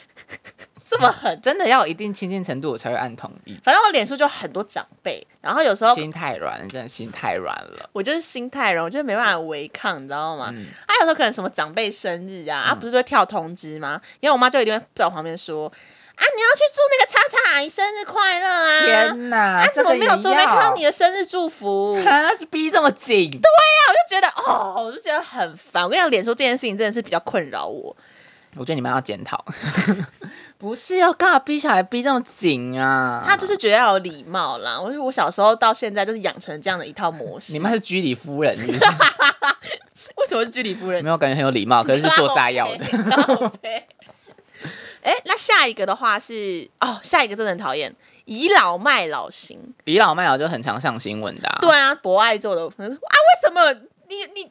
Speaker 1: 这么狠。
Speaker 3: 真的要有一定亲近程度，我才会按同意。
Speaker 1: 反正我脸书就很多长辈，然后有时候
Speaker 3: 心太软，真的心太软了。
Speaker 1: 我就是心太软，我就是没办法违抗，你知道吗？
Speaker 3: 嗯
Speaker 1: 他、有时候可能什么长辈生日啊，啊不是就会跳通知吗？然后我妈就一定会在我旁边说啊，你要去祝那个叉叉阿姨生日快乐啊！
Speaker 3: 天哪，
Speaker 1: 啊，
Speaker 3: 这
Speaker 1: 怎
Speaker 3: 个
Speaker 1: 么没有
Speaker 3: 也
Speaker 1: 怎么没看到
Speaker 3: 要
Speaker 1: 你？啊的生日祝 福？对啊，
Speaker 3: 啊，逼这么紧，
Speaker 1: 我就觉得哦，我就觉得很烦。我跟你讲，脸书这件事情真的是比较困扰我。
Speaker 3: 我觉得你们要检讨。不是要干嘛逼小孩逼这么紧啊？
Speaker 1: 他就是觉得要有礼貌啦。我就我小时候到现在就是养成这样的一套模式。
Speaker 3: 你妈是居里夫人，是不 是
Speaker 1: 啊为什么是居里夫人
Speaker 3: 没有感觉很有礼貌，可是是做炸药 的。
Speaker 1: 的。 哎，那下一个的话是哦，下一个真的很讨厌，倚老卖老型。
Speaker 3: 倚老卖老就很常上新闻的、啊。
Speaker 1: 对啊，博爱做的，啊，为什么你你你有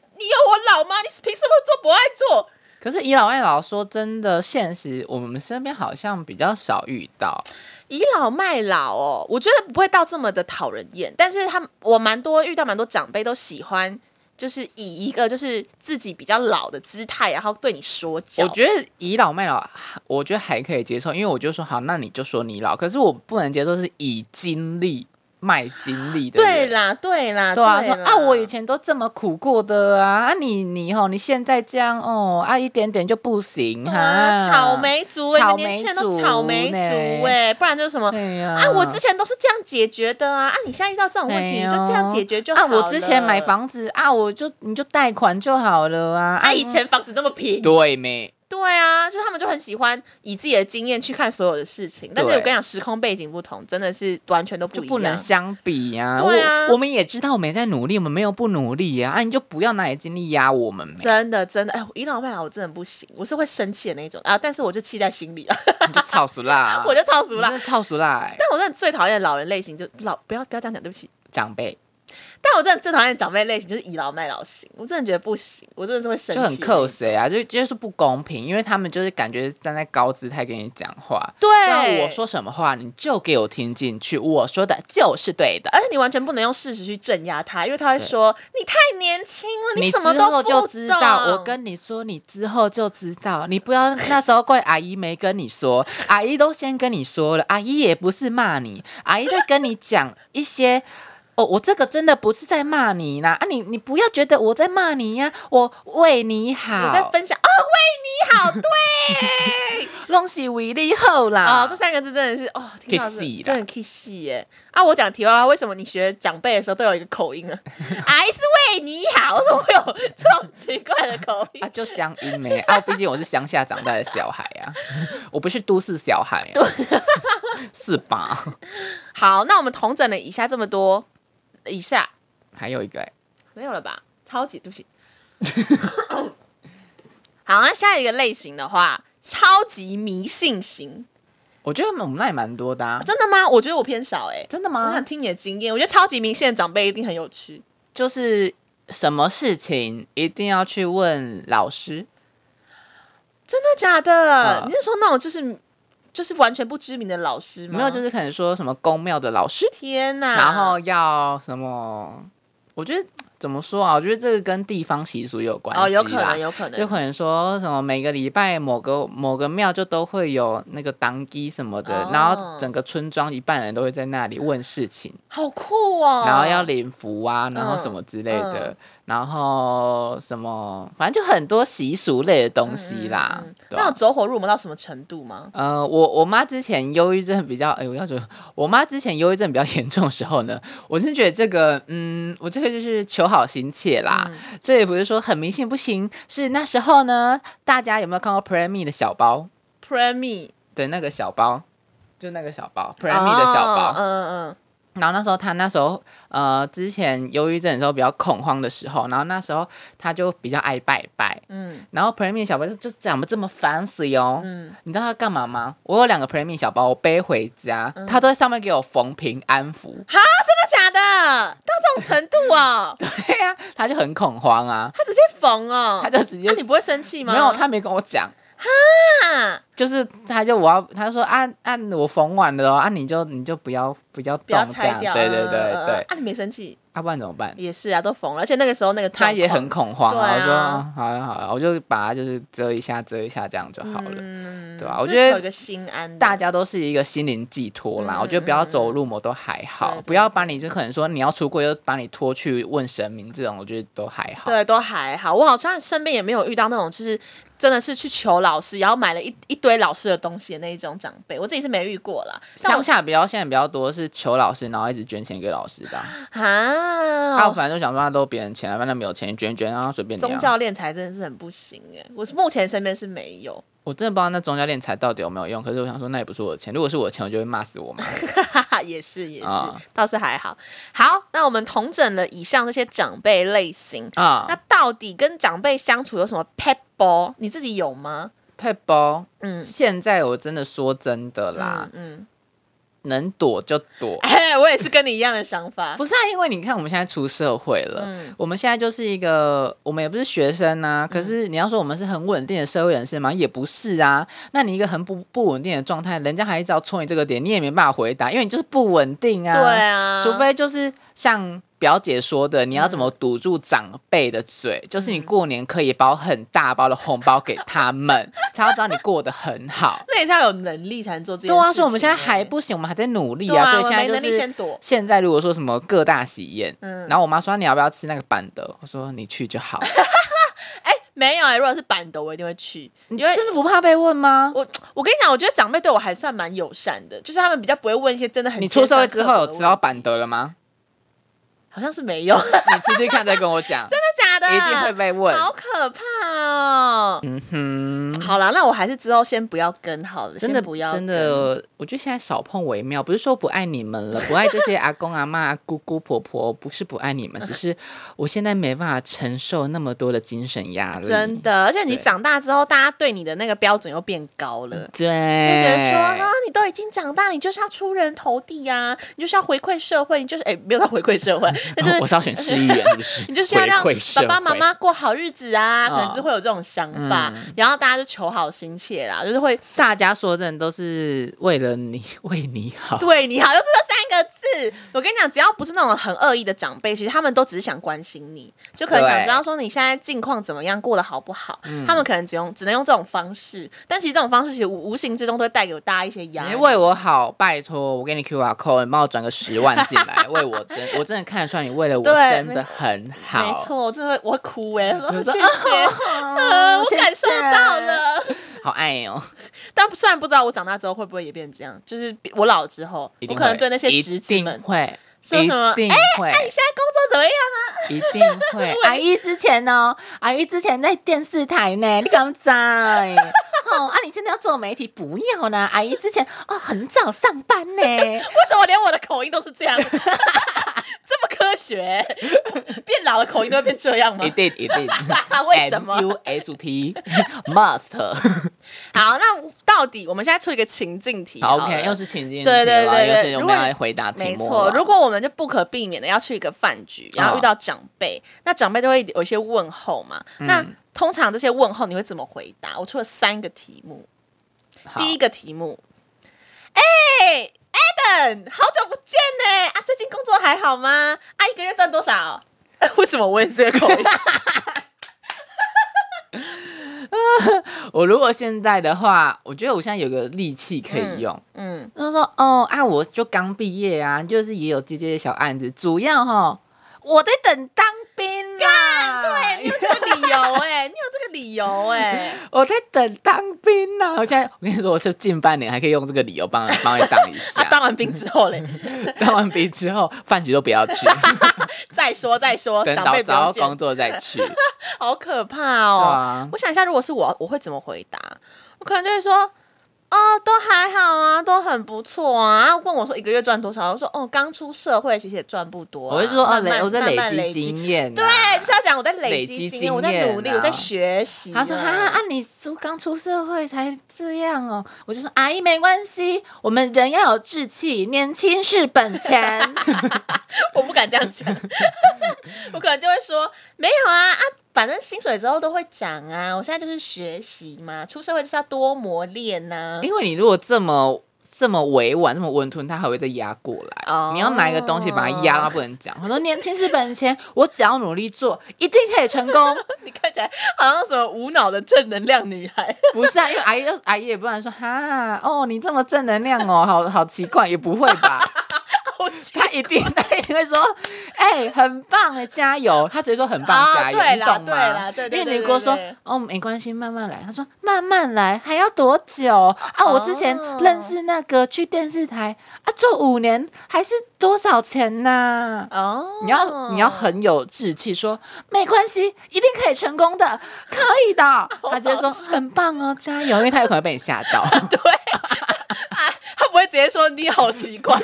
Speaker 1: 我老吗？你凭什么做博爱做？
Speaker 3: 可是倚老卖老，说真的，现实我们身边好像比较少遇到。
Speaker 1: 倚老卖老哦，我觉得不会到这么的讨人厌，但是他我蛮多遇到蛮多长辈都喜欢。就是以一个就是自己比较老的姿态，然后对你说教。
Speaker 3: 我觉得倚老卖老，我觉得还可以接受，因为我就说好，那你就说你老。可是我不能接受是以精力卖精力的人。
Speaker 1: 对啦，对啦，
Speaker 3: 对啊，
Speaker 1: 对
Speaker 3: 说
Speaker 1: 啦
Speaker 3: 啊，我以前都这么苦过的啊，啊你你吼，你现在这样哦，啊一点点就不行哈、
Speaker 1: 啊，草，莓族、欸，
Speaker 3: 草
Speaker 1: 你们年轻
Speaker 3: 莓
Speaker 1: 人都
Speaker 3: 族
Speaker 1: 草莓
Speaker 3: 呢
Speaker 1: 族哎、不然就是什么
Speaker 3: 对呀、
Speaker 1: 啊，我之前都是这样解决的啊，啊，你现在遇到这种问题，
Speaker 3: 哎
Speaker 1: 你
Speaker 3: 呦
Speaker 1: 就这样解决就好
Speaker 3: 啊
Speaker 1: 了。
Speaker 3: 我之前买，房子啊，我就你就贷款就好了啊，
Speaker 1: 啊，以前房子那么平，
Speaker 3: 对没，
Speaker 1: 对啊，就是他们就很喜欢以自己的经验去看所有的事情，但是
Speaker 3: 对
Speaker 1: 我跟你讲，时空背景不同，真的是完全都不
Speaker 3: 就
Speaker 1: 一
Speaker 3: 不能
Speaker 1: 样。
Speaker 3: 相比呀、
Speaker 1: 对啊
Speaker 3: 我我们也知道我们在努力，我们没有不努力呀、啊，你就不要拿你精力压我们呗，
Speaker 1: 真的，真的，哎，倚老卖老我真的不行，我是会生气的那种啊，但是我就气在心里啊，，
Speaker 3: 你就操死 啦
Speaker 1: 我就超俗
Speaker 3: 你
Speaker 1: 啦。
Speaker 3: 真的操死啦、欸
Speaker 1: 但我真的最讨厌的老人类型就老，不要不要这样讲，对不起，
Speaker 3: 长辈，
Speaker 1: 但我真的最讨厌长辈类型就是倚老卖老型，我真的觉得不行，我真的是会生气
Speaker 3: 就
Speaker 1: 那
Speaker 3: 很
Speaker 1: 种，
Speaker 3: cos 啊，就就是不公平，因为他们就是感觉站在高姿态跟你讲话，让
Speaker 1: 对，
Speaker 3: 我说。什么话你就给我听进去，我说的就是对的。
Speaker 1: 而且你完全不能用事实去镇压他，因为他会
Speaker 3: 对
Speaker 1: 说你太年轻了，
Speaker 3: 你
Speaker 1: 什么
Speaker 3: 之
Speaker 1: 都
Speaker 3: 后
Speaker 1: 不
Speaker 3: 就知道，我
Speaker 1: 懂
Speaker 3: 跟你说，你之后就知道，你不要那时候怪阿姨没跟你说，阿姨都先跟你说了，阿姨也不是骂你，阿姨在跟你讲一些。哦，我这个真的不是在骂你啦，啊你，你不要觉得我在骂你呀、我为你
Speaker 1: 我在
Speaker 3: 好，
Speaker 1: 分享啊、哦，为你好，对，
Speaker 3: 弄是为你好啦。
Speaker 1: 哦，这三个字真的是哦，听到是
Speaker 3: 气死啊
Speaker 1: 真
Speaker 3: 啦
Speaker 1: 的很 K 戏耶！啊，我讲题外话，为什么你学长辈的时候都有一个口音啊？还 是为你好，为什么会有这种奇怪的口音
Speaker 3: 啊，？就乡音没啊，毕竟我是乡下长大的小孩啊，我不是都市小孩、啊， 是吧？
Speaker 1: 好，那我们统整了以下这么多，以下
Speaker 3: 还有一个、欸，
Speaker 1: 没有了吧？超级，对不起。 好，那下一个类型的话，超级迷信型，
Speaker 3: 我觉得我们那也蛮多的、啊，
Speaker 1: 真的吗？我觉得我偏少哎、
Speaker 3: 真的
Speaker 1: 我想
Speaker 3: 吗？
Speaker 1: 听你的经验，我觉得超级迷信的长辈一定很有趣。
Speaker 3: 就是什么事情一定要去问老师，
Speaker 1: 真的假的？
Speaker 3: 嗯
Speaker 1: 你是说那种就是就是完全不知名的老师吗？
Speaker 3: 没有就是是可能说什么公庙的老师，
Speaker 1: 天哪！
Speaker 3: 然后要什么？我觉得怎么说啊？我觉得这个跟地方习俗有关系啦
Speaker 1: 哦，有可能，有可能，
Speaker 3: 就可能说什么每个礼拜某个某个庙就都会有那个当机什么的，
Speaker 1: 哦
Speaker 3: 然后整个村庄一半人都会在那里问事情，
Speaker 1: 好酷哦。
Speaker 3: 然后要礼服啊，然后什么之类的，
Speaker 1: 嗯
Speaker 3: 然后什么，反正就很多习俗类的东西啦。
Speaker 1: 嗯
Speaker 3: 对
Speaker 1: 那有
Speaker 3: 吧？
Speaker 1: 走火入魔到什么程度吗？
Speaker 3: 呃，我我妈之前忧郁症比较，哎、我要说，我妈之前忧郁症比较严重的时候呢，我真觉得这个， 嗯，我这个就是求好心切啦，这也不是说很迷信不行，是那时候呢，大家有没有看过 p r e m i 的小包？
Speaker 1: ，Pray me，
Speaker 3: 对，那个小包，就那个小包 p r e m i 的小包。
Speaker 1: 哦嗯嗯
Speaker 3: 然后那时候他那时候呃，之前忧郁症的时候比较恐慌的时候，然后那时候他就比较爱拜拜。
Speaker 1: 嗯
Speaker 3: 然后 p r e m i 小包就就长得这么 fancy 哦，
Speaker 1: 嗯，。
Speaker 3: 你知道他干嘛吗？我有两个 p r e m i 小包，我背回家，他都在上面给我缝平安符
Speaker 1: 哈，真的假的？到这种程度 哦，
Speaker 3: 对呀、他就很恐慌啊，
Speaker 1: 他直接缝哦，
Speaker 3: 他就直接、
Speaker 1: 那你不会生气吗？
Speaker 3: 没有，他没跟我讲。
Speaker 1: 啊
Speaker 3: 就是他就我要他就说按按我缝完了哦，啊你就你就不要不要
Speaker 1: 不要
Speaker 3: 动这
Speaker 1: 拆
Speaker 3: 样，
Speaker 1: 掉，
Speaker 3: 对对
Speaker 1: 嗯
Speaker 3: 对
Speaker 1: 嗯嗯
Speaker 3: 对，
Speaker 1: 啊，你没生气
Speaker 3: 要不然怎么办？
Speaker 1: 也是啊，都缝了，而且那个时候那个
Speaker 3: 他也
Speaker 1: 状
Speaker 3: 很
Speaker 1: 况
Speaker 3: 恐慌
Speaker 1: 对啊
Speaker 3: 我说、哦好了好了，我就把它就是遮一下遮一下这样就好了。
Speaker 1: 嗯
Speaker 3: 对吧啊我
Speaker 1: 就是
Speaker 3: 觉得
Speaker 1: 求一个心安的，
Speaker 3: 大家都是一个心灵寄托啦，
Speaker 1: 嗯
Speaker 3: 我觉得不要走入魔都还好，
Speaker 1: 嗯嗯
Speaker 3: 不要把你就可能说你要出柜，又把你拖去问神明这种，我觉得都还好。
Speaker 1: 对，都还好。我好像身边也没有遇到那种，就是真的是去求老师，然后买了一一堆老师的东西的那一种长辈，我自己是没遇过啦。但
Speaker 3: 乡
Speaker 1: 我
Speaker 3: 下比较现在比较多是求老师，然后一直捐钱给老师的啊，他、
Speaker 1: 啊，
Speaker 3: 反正就想说他都别人钱啊，反正没有钱你捐一捐，然后随便你、啊。
Speaker 1: 宗教敛财真的是很不行哎、我是目前身边是没有。
Speaker 3: 我真的不知道那宗教敛财到底有没有用，可是我想说那也不是我的钱，如果是我的钱，我就会骂死我 妈。
Speaker 1: 哈哈，也是也是，
Speaker 3: 啊
Speaker 1: 倒是还好。好，那我们统整了以上这些长辈类型，那
Speaker 3: 啊，
Speaker 1: 到底跟长辈相处有什么 p e b b l 你自己有吗？
Speaker 3: 佩包，
Speaker 1: 嗯
Speaker 3: 现在我真的说真的啦，
Speaker 1: 嗯，
Speaker 3: 能躲就躲。
Speaker 1: 哎、我也是跟你一样的想法。
Speaker 3: 不是啊，因为你看我们现在出社会了，
Speaker 1: 嗯
Speaker 3: 我们现在就是一个，我们也不是学生啊。可是你要说我们是很稳定的社会人士嘛，也不是啊。那你一个很不不稳定的状态，人家还一直要戳你这个点，你也没办法回答，因为你就是不稳定啊。
Speaker 1: 对啊，。
Speaker 3: 除非就是像表姐说的，你要怎么堵住长辈的嘴，就是你过年可以包很大包的红包给他们，才要知道你过得很好
Speaker 1: 那也是要有能力才能做这件事
Speaker 3: 对
Speaker 1: 情欸。
Speaker 3: 啊，所以我们现在还不行，我们还在努力
Speaker 1: 对啊，
Speaker 3: 所以
Speaker 1: 我
Speaker 3: 现在
Speaker 1: 没
Speaker 3: 就
Speaker 1: 能力先
Speaker 3: 是。
Speaker 1: 躲。
Speaker 3: 现在如果说什么各大喜宴，
Speaker 1: 嗯
Speaker 3: 然后我妈说你要不要吃那个板的，我说你去 就好。
Speaker 1: 哎、没有哎、如果是板的，我一定会去，因为
Speaker 3: 真的不怕被问吗？
Speaker 1: 我我跟你讲，我觉得长辈对我还算蛮友善的，就是他们比较不会问一些真的很
Speaker 3: 你出社会之后有
Speaker 1: 尖
Speaker 3: 吃
Speaker 1: 酸刻
Speaker 3: 到
Speaker 1: 薄的问
Speaker 3: 板德 了吗？
Speaker 1: 题，好像是没有，真的
Speaker 3: 你吃吃看再跟我讲，
Speaker 1: 假的？
Speaker 3: 一定会被问。
Speaker 1: 好可怕哦。
Speaker 3: 嗯哼，
Speaker 1: 好啦，那我还是之后先不要跟好了，
Speaker 3: 真
Speaker 1: 先
Speaker 3: 的
Speaker 1: 不要，
Speaker 3: 真。的，我觉得现在少碰为妙。不是说不爱你们了，不爱这些阿公阿妈、姑姑婆婆，不是不爱你 们，只是我现在没办法承受那么多的精神压力。
Speaker 1: 真的，而且你
Speaker 3: 对
Speaker 1: 长大之后，大家对你的那个标准又变高了，就
Speaker 3: 对，
Speaker 1: 觉得说啊，你都已经长大，你就是要出人头地啊，你就是要回馈社会，你就是哎，没有到回馈社会，那就
Speaker 3: 我
Speaker 1: 是
Speaker 3: 是要选市议员，是不是？
Speaker 1: 你就是要让
Speaker 3: 回馈
Speaker 1: 爸
Speaker 3: 社会
Speaker 1: 爸妈妈过好日子啊，
Speaker 3: 嗯
Speaker 1: 可能是会有这种想法，然后大家就求好心切啦，就是会
Speaker 3: 大家说真的都是为了你，为你好。
Speaker 1: 对你好，就是这三个字。我跟你讲，只要不是那种很恶意的长辈，其实他们都只是想关心你，就可能想知道说你现在近况怎么样，过得好不好。
Speaker 3: 嗯
Speaker 1: 他们可能只用只能用这种方式，但其实这种方式其实无无形之中都会带给大家一些压
Speaker 3: 你
Speaker 1: 力。
Speaker 3: 为我好，拜托，我给你 QR code，你帮我转个十万进来，为我真，我真的看得出来你为了我
Speaker 1: 对
Speaker 3: 真的很好。
Speaker 1: 没错，我真的会我会哭 哎、欸，我说
Speaker 3: 有
Speaker 1: 谢
Speaker 3: 的
Speaker 1: 谢，呃
Speaker 3: 哦
Speaker 1: 我感受到了。
Speaker 3: 好爱哦，
Speaker 1: 但虽然不知道我长大之后会不会也变这样，就是我老了之后，
Speaker 3: 一
Speaker 1: 我
Speaker 3: 定
Speaker 1: 可能
Speaker 3: 会
Speaker 1: 对那些
Speaker 3: 一
Speaker 1: 侄子
Speaker 3: 定
Speaker 1: 们
Speaker 3: 会
Speaker 1: 说什么
Speaker 3: 一定会，
Speaker 1: 哎、你现在工作怎么样啊？
Speaker 3: 一定 会。
Speaker 4: 阿姨之前哦，阿姨之前在电视台呢，你 敢在？哦，啊，你现在要做媒体，不要啦。阿姨之前哦，很早上班呢，
Speaker 1: 为什么连我的口音都是这样？ 这么科学，变老的口音都会变这样吗
Speaker 3: 一？定一定
Speaker 1: 为什么
Speaker 3: U S T must
Speaker 1: 好，那到底我们现在出一个情境题
Speaker 3: 好
Speaker 1: 好
Speaker 3: OK，
Speaker 1: 了
Speaker 3: 又是情境题
Speaker 1: 对对
Speaker 3: 了
Speaker 1: 对
Speaker 3: 又
Speaker 1: 对
Speaker 3: 是我们
Speaker 1: 如果
Speaker 3: 要来回答题
Speaker 1: 没
Speaker 3: 目啊
Speaker 1: 错。
Speaker 3: 了
Speaker 1: 如果我们就不可避免的要去一个饭局，然后遇到长辈，
Speaker 3: 嗯
Speaker 1: 那长辈都会有一些问候嘛。那通常这些问候你会怎么回答？我出了三个题目，
Speaker 3: 好
Speaker 1: 第一个题目，哎、a d a m 好久不见呢、啊，最近工作还好吗？啊，一个月赚多 少？哎为什么我也是这个口 音？
Speaker 3: 我如果现在的话，我觉得我现在有个利器可以用，
Speaker 1: 嗯，
Speaker 3: 就是说哦啊，我就刚毕业啊，就是也有接接小案子，主要哈我在等当
Speaker 4: 啊
Speaker 3: 兵啦，
Speaker 1: 啊对，你有这个理由 哎、你有这个理由哎、
Speaker 3: 我在等当兵啦。我现在我跟你说，我是近半年还可以用这个理由帮帮你当一下
Speaker 1: 啊，，当完兵之后 嘞，
Speaker 3: 当完兵之后饭局都不要去，
Speaker 1: 再说再说，
Speaker 3: 等
Speaker 1: 哦长
Speaker 3: 到
Speaker 1: 辈不用
Speaker 3: 找到
Speaker 1: 见
Speaker 3: 工，作再去，
Speaker 1: 好可怕
Speaker 3: 对
Speaker 1: 哦。
Speaker 3: 啊。
Speaker 1: 我想一下，如果是我，我会怎么回答？我可能就会说。哦，都还好啊，都很不错啊。然后问我说一个月赚多少，我说哦，刚出社会其实也赚不多啊、
Speaker 3: 我就说哦，
Speaker 1: 慢慢
Speaker 3: 累，我在
Speaker 1: 慢慢累
Speaker 3: 累积经验、啊。
Speaker 1: 对，就是要讲我在累
Speaker 3: 累
Speaker 1: 积
Speaker 3: 积
Speaker 1: 经验，
Speaker 3: 经
Speaker 1: 我在
Speaker 3: 验
Speaker 1: 努力，
Speaker 3: 啊
Speaker 1: 我在学习啊。
Speaker 4: 他说：“ 哈啊，你出刚出社会才这样哦。”我就说：“阿姨没关系，我们人要有志气，年轻是本钱。
Speaker 1: 我不敢这样讲， 我可能就会说没有啊啊，反正薪水之后都会涨啊，我现在就是学习嘛，出社会就是要多磨练啊呐、
Speaker 3: 因为你如果这么这么委婉、这么温吞，他还会再压过来。
Speaker 1: 哦
Speaker 3: 你要拿一个东西把它压到不能讲，
Speaker 4: 我说：“年轻是本钱， 我只要努力 做，一定可以成功。
Speaker 1: 你看起来好像什么无脑的正能量女 孩，
Speaker 3: 不是啊，因为阿姨就阿姨也不能说哈哦，你这么正能量哦，好好奇怪，也不会吧？ 他一定他一定会说，哎、很棒哎，加油！他只会说很棒，
Speaker 1: 啊
Speaker 3: 加油，
Speaker 1: 对
Speaker 3: 你
Speaker 1: 啦
Speaker 3: 懂
Speaker 1: 对啦
Speaker 3: 吗？
Speaker 1: 对对
Speaker 3: 因
Speaker 1: 对
Speaker 3: 为你如果
Speaker 1: 对
Speaker 3: 说
Speaker 1: 对
Speaker 3: 哦没关系，慢慢来，他说”
Speaker 4: 慢慢来，还要多久啊？我之前
Speaker 1: 哦
Speaker 4: 认识那个去电视台啊，做五年还是多少钱呐、
Speaker 1: 哦，
Speaker 3: 你要你要很有志气说，
Speaker 4: 没关系，一定可以成功的，可以的。他就会说很棒哦，加油！
Speaker 3: 因为他有可能被你吓到。
Speaker 1: 啊他不会直接说你好奇 怪。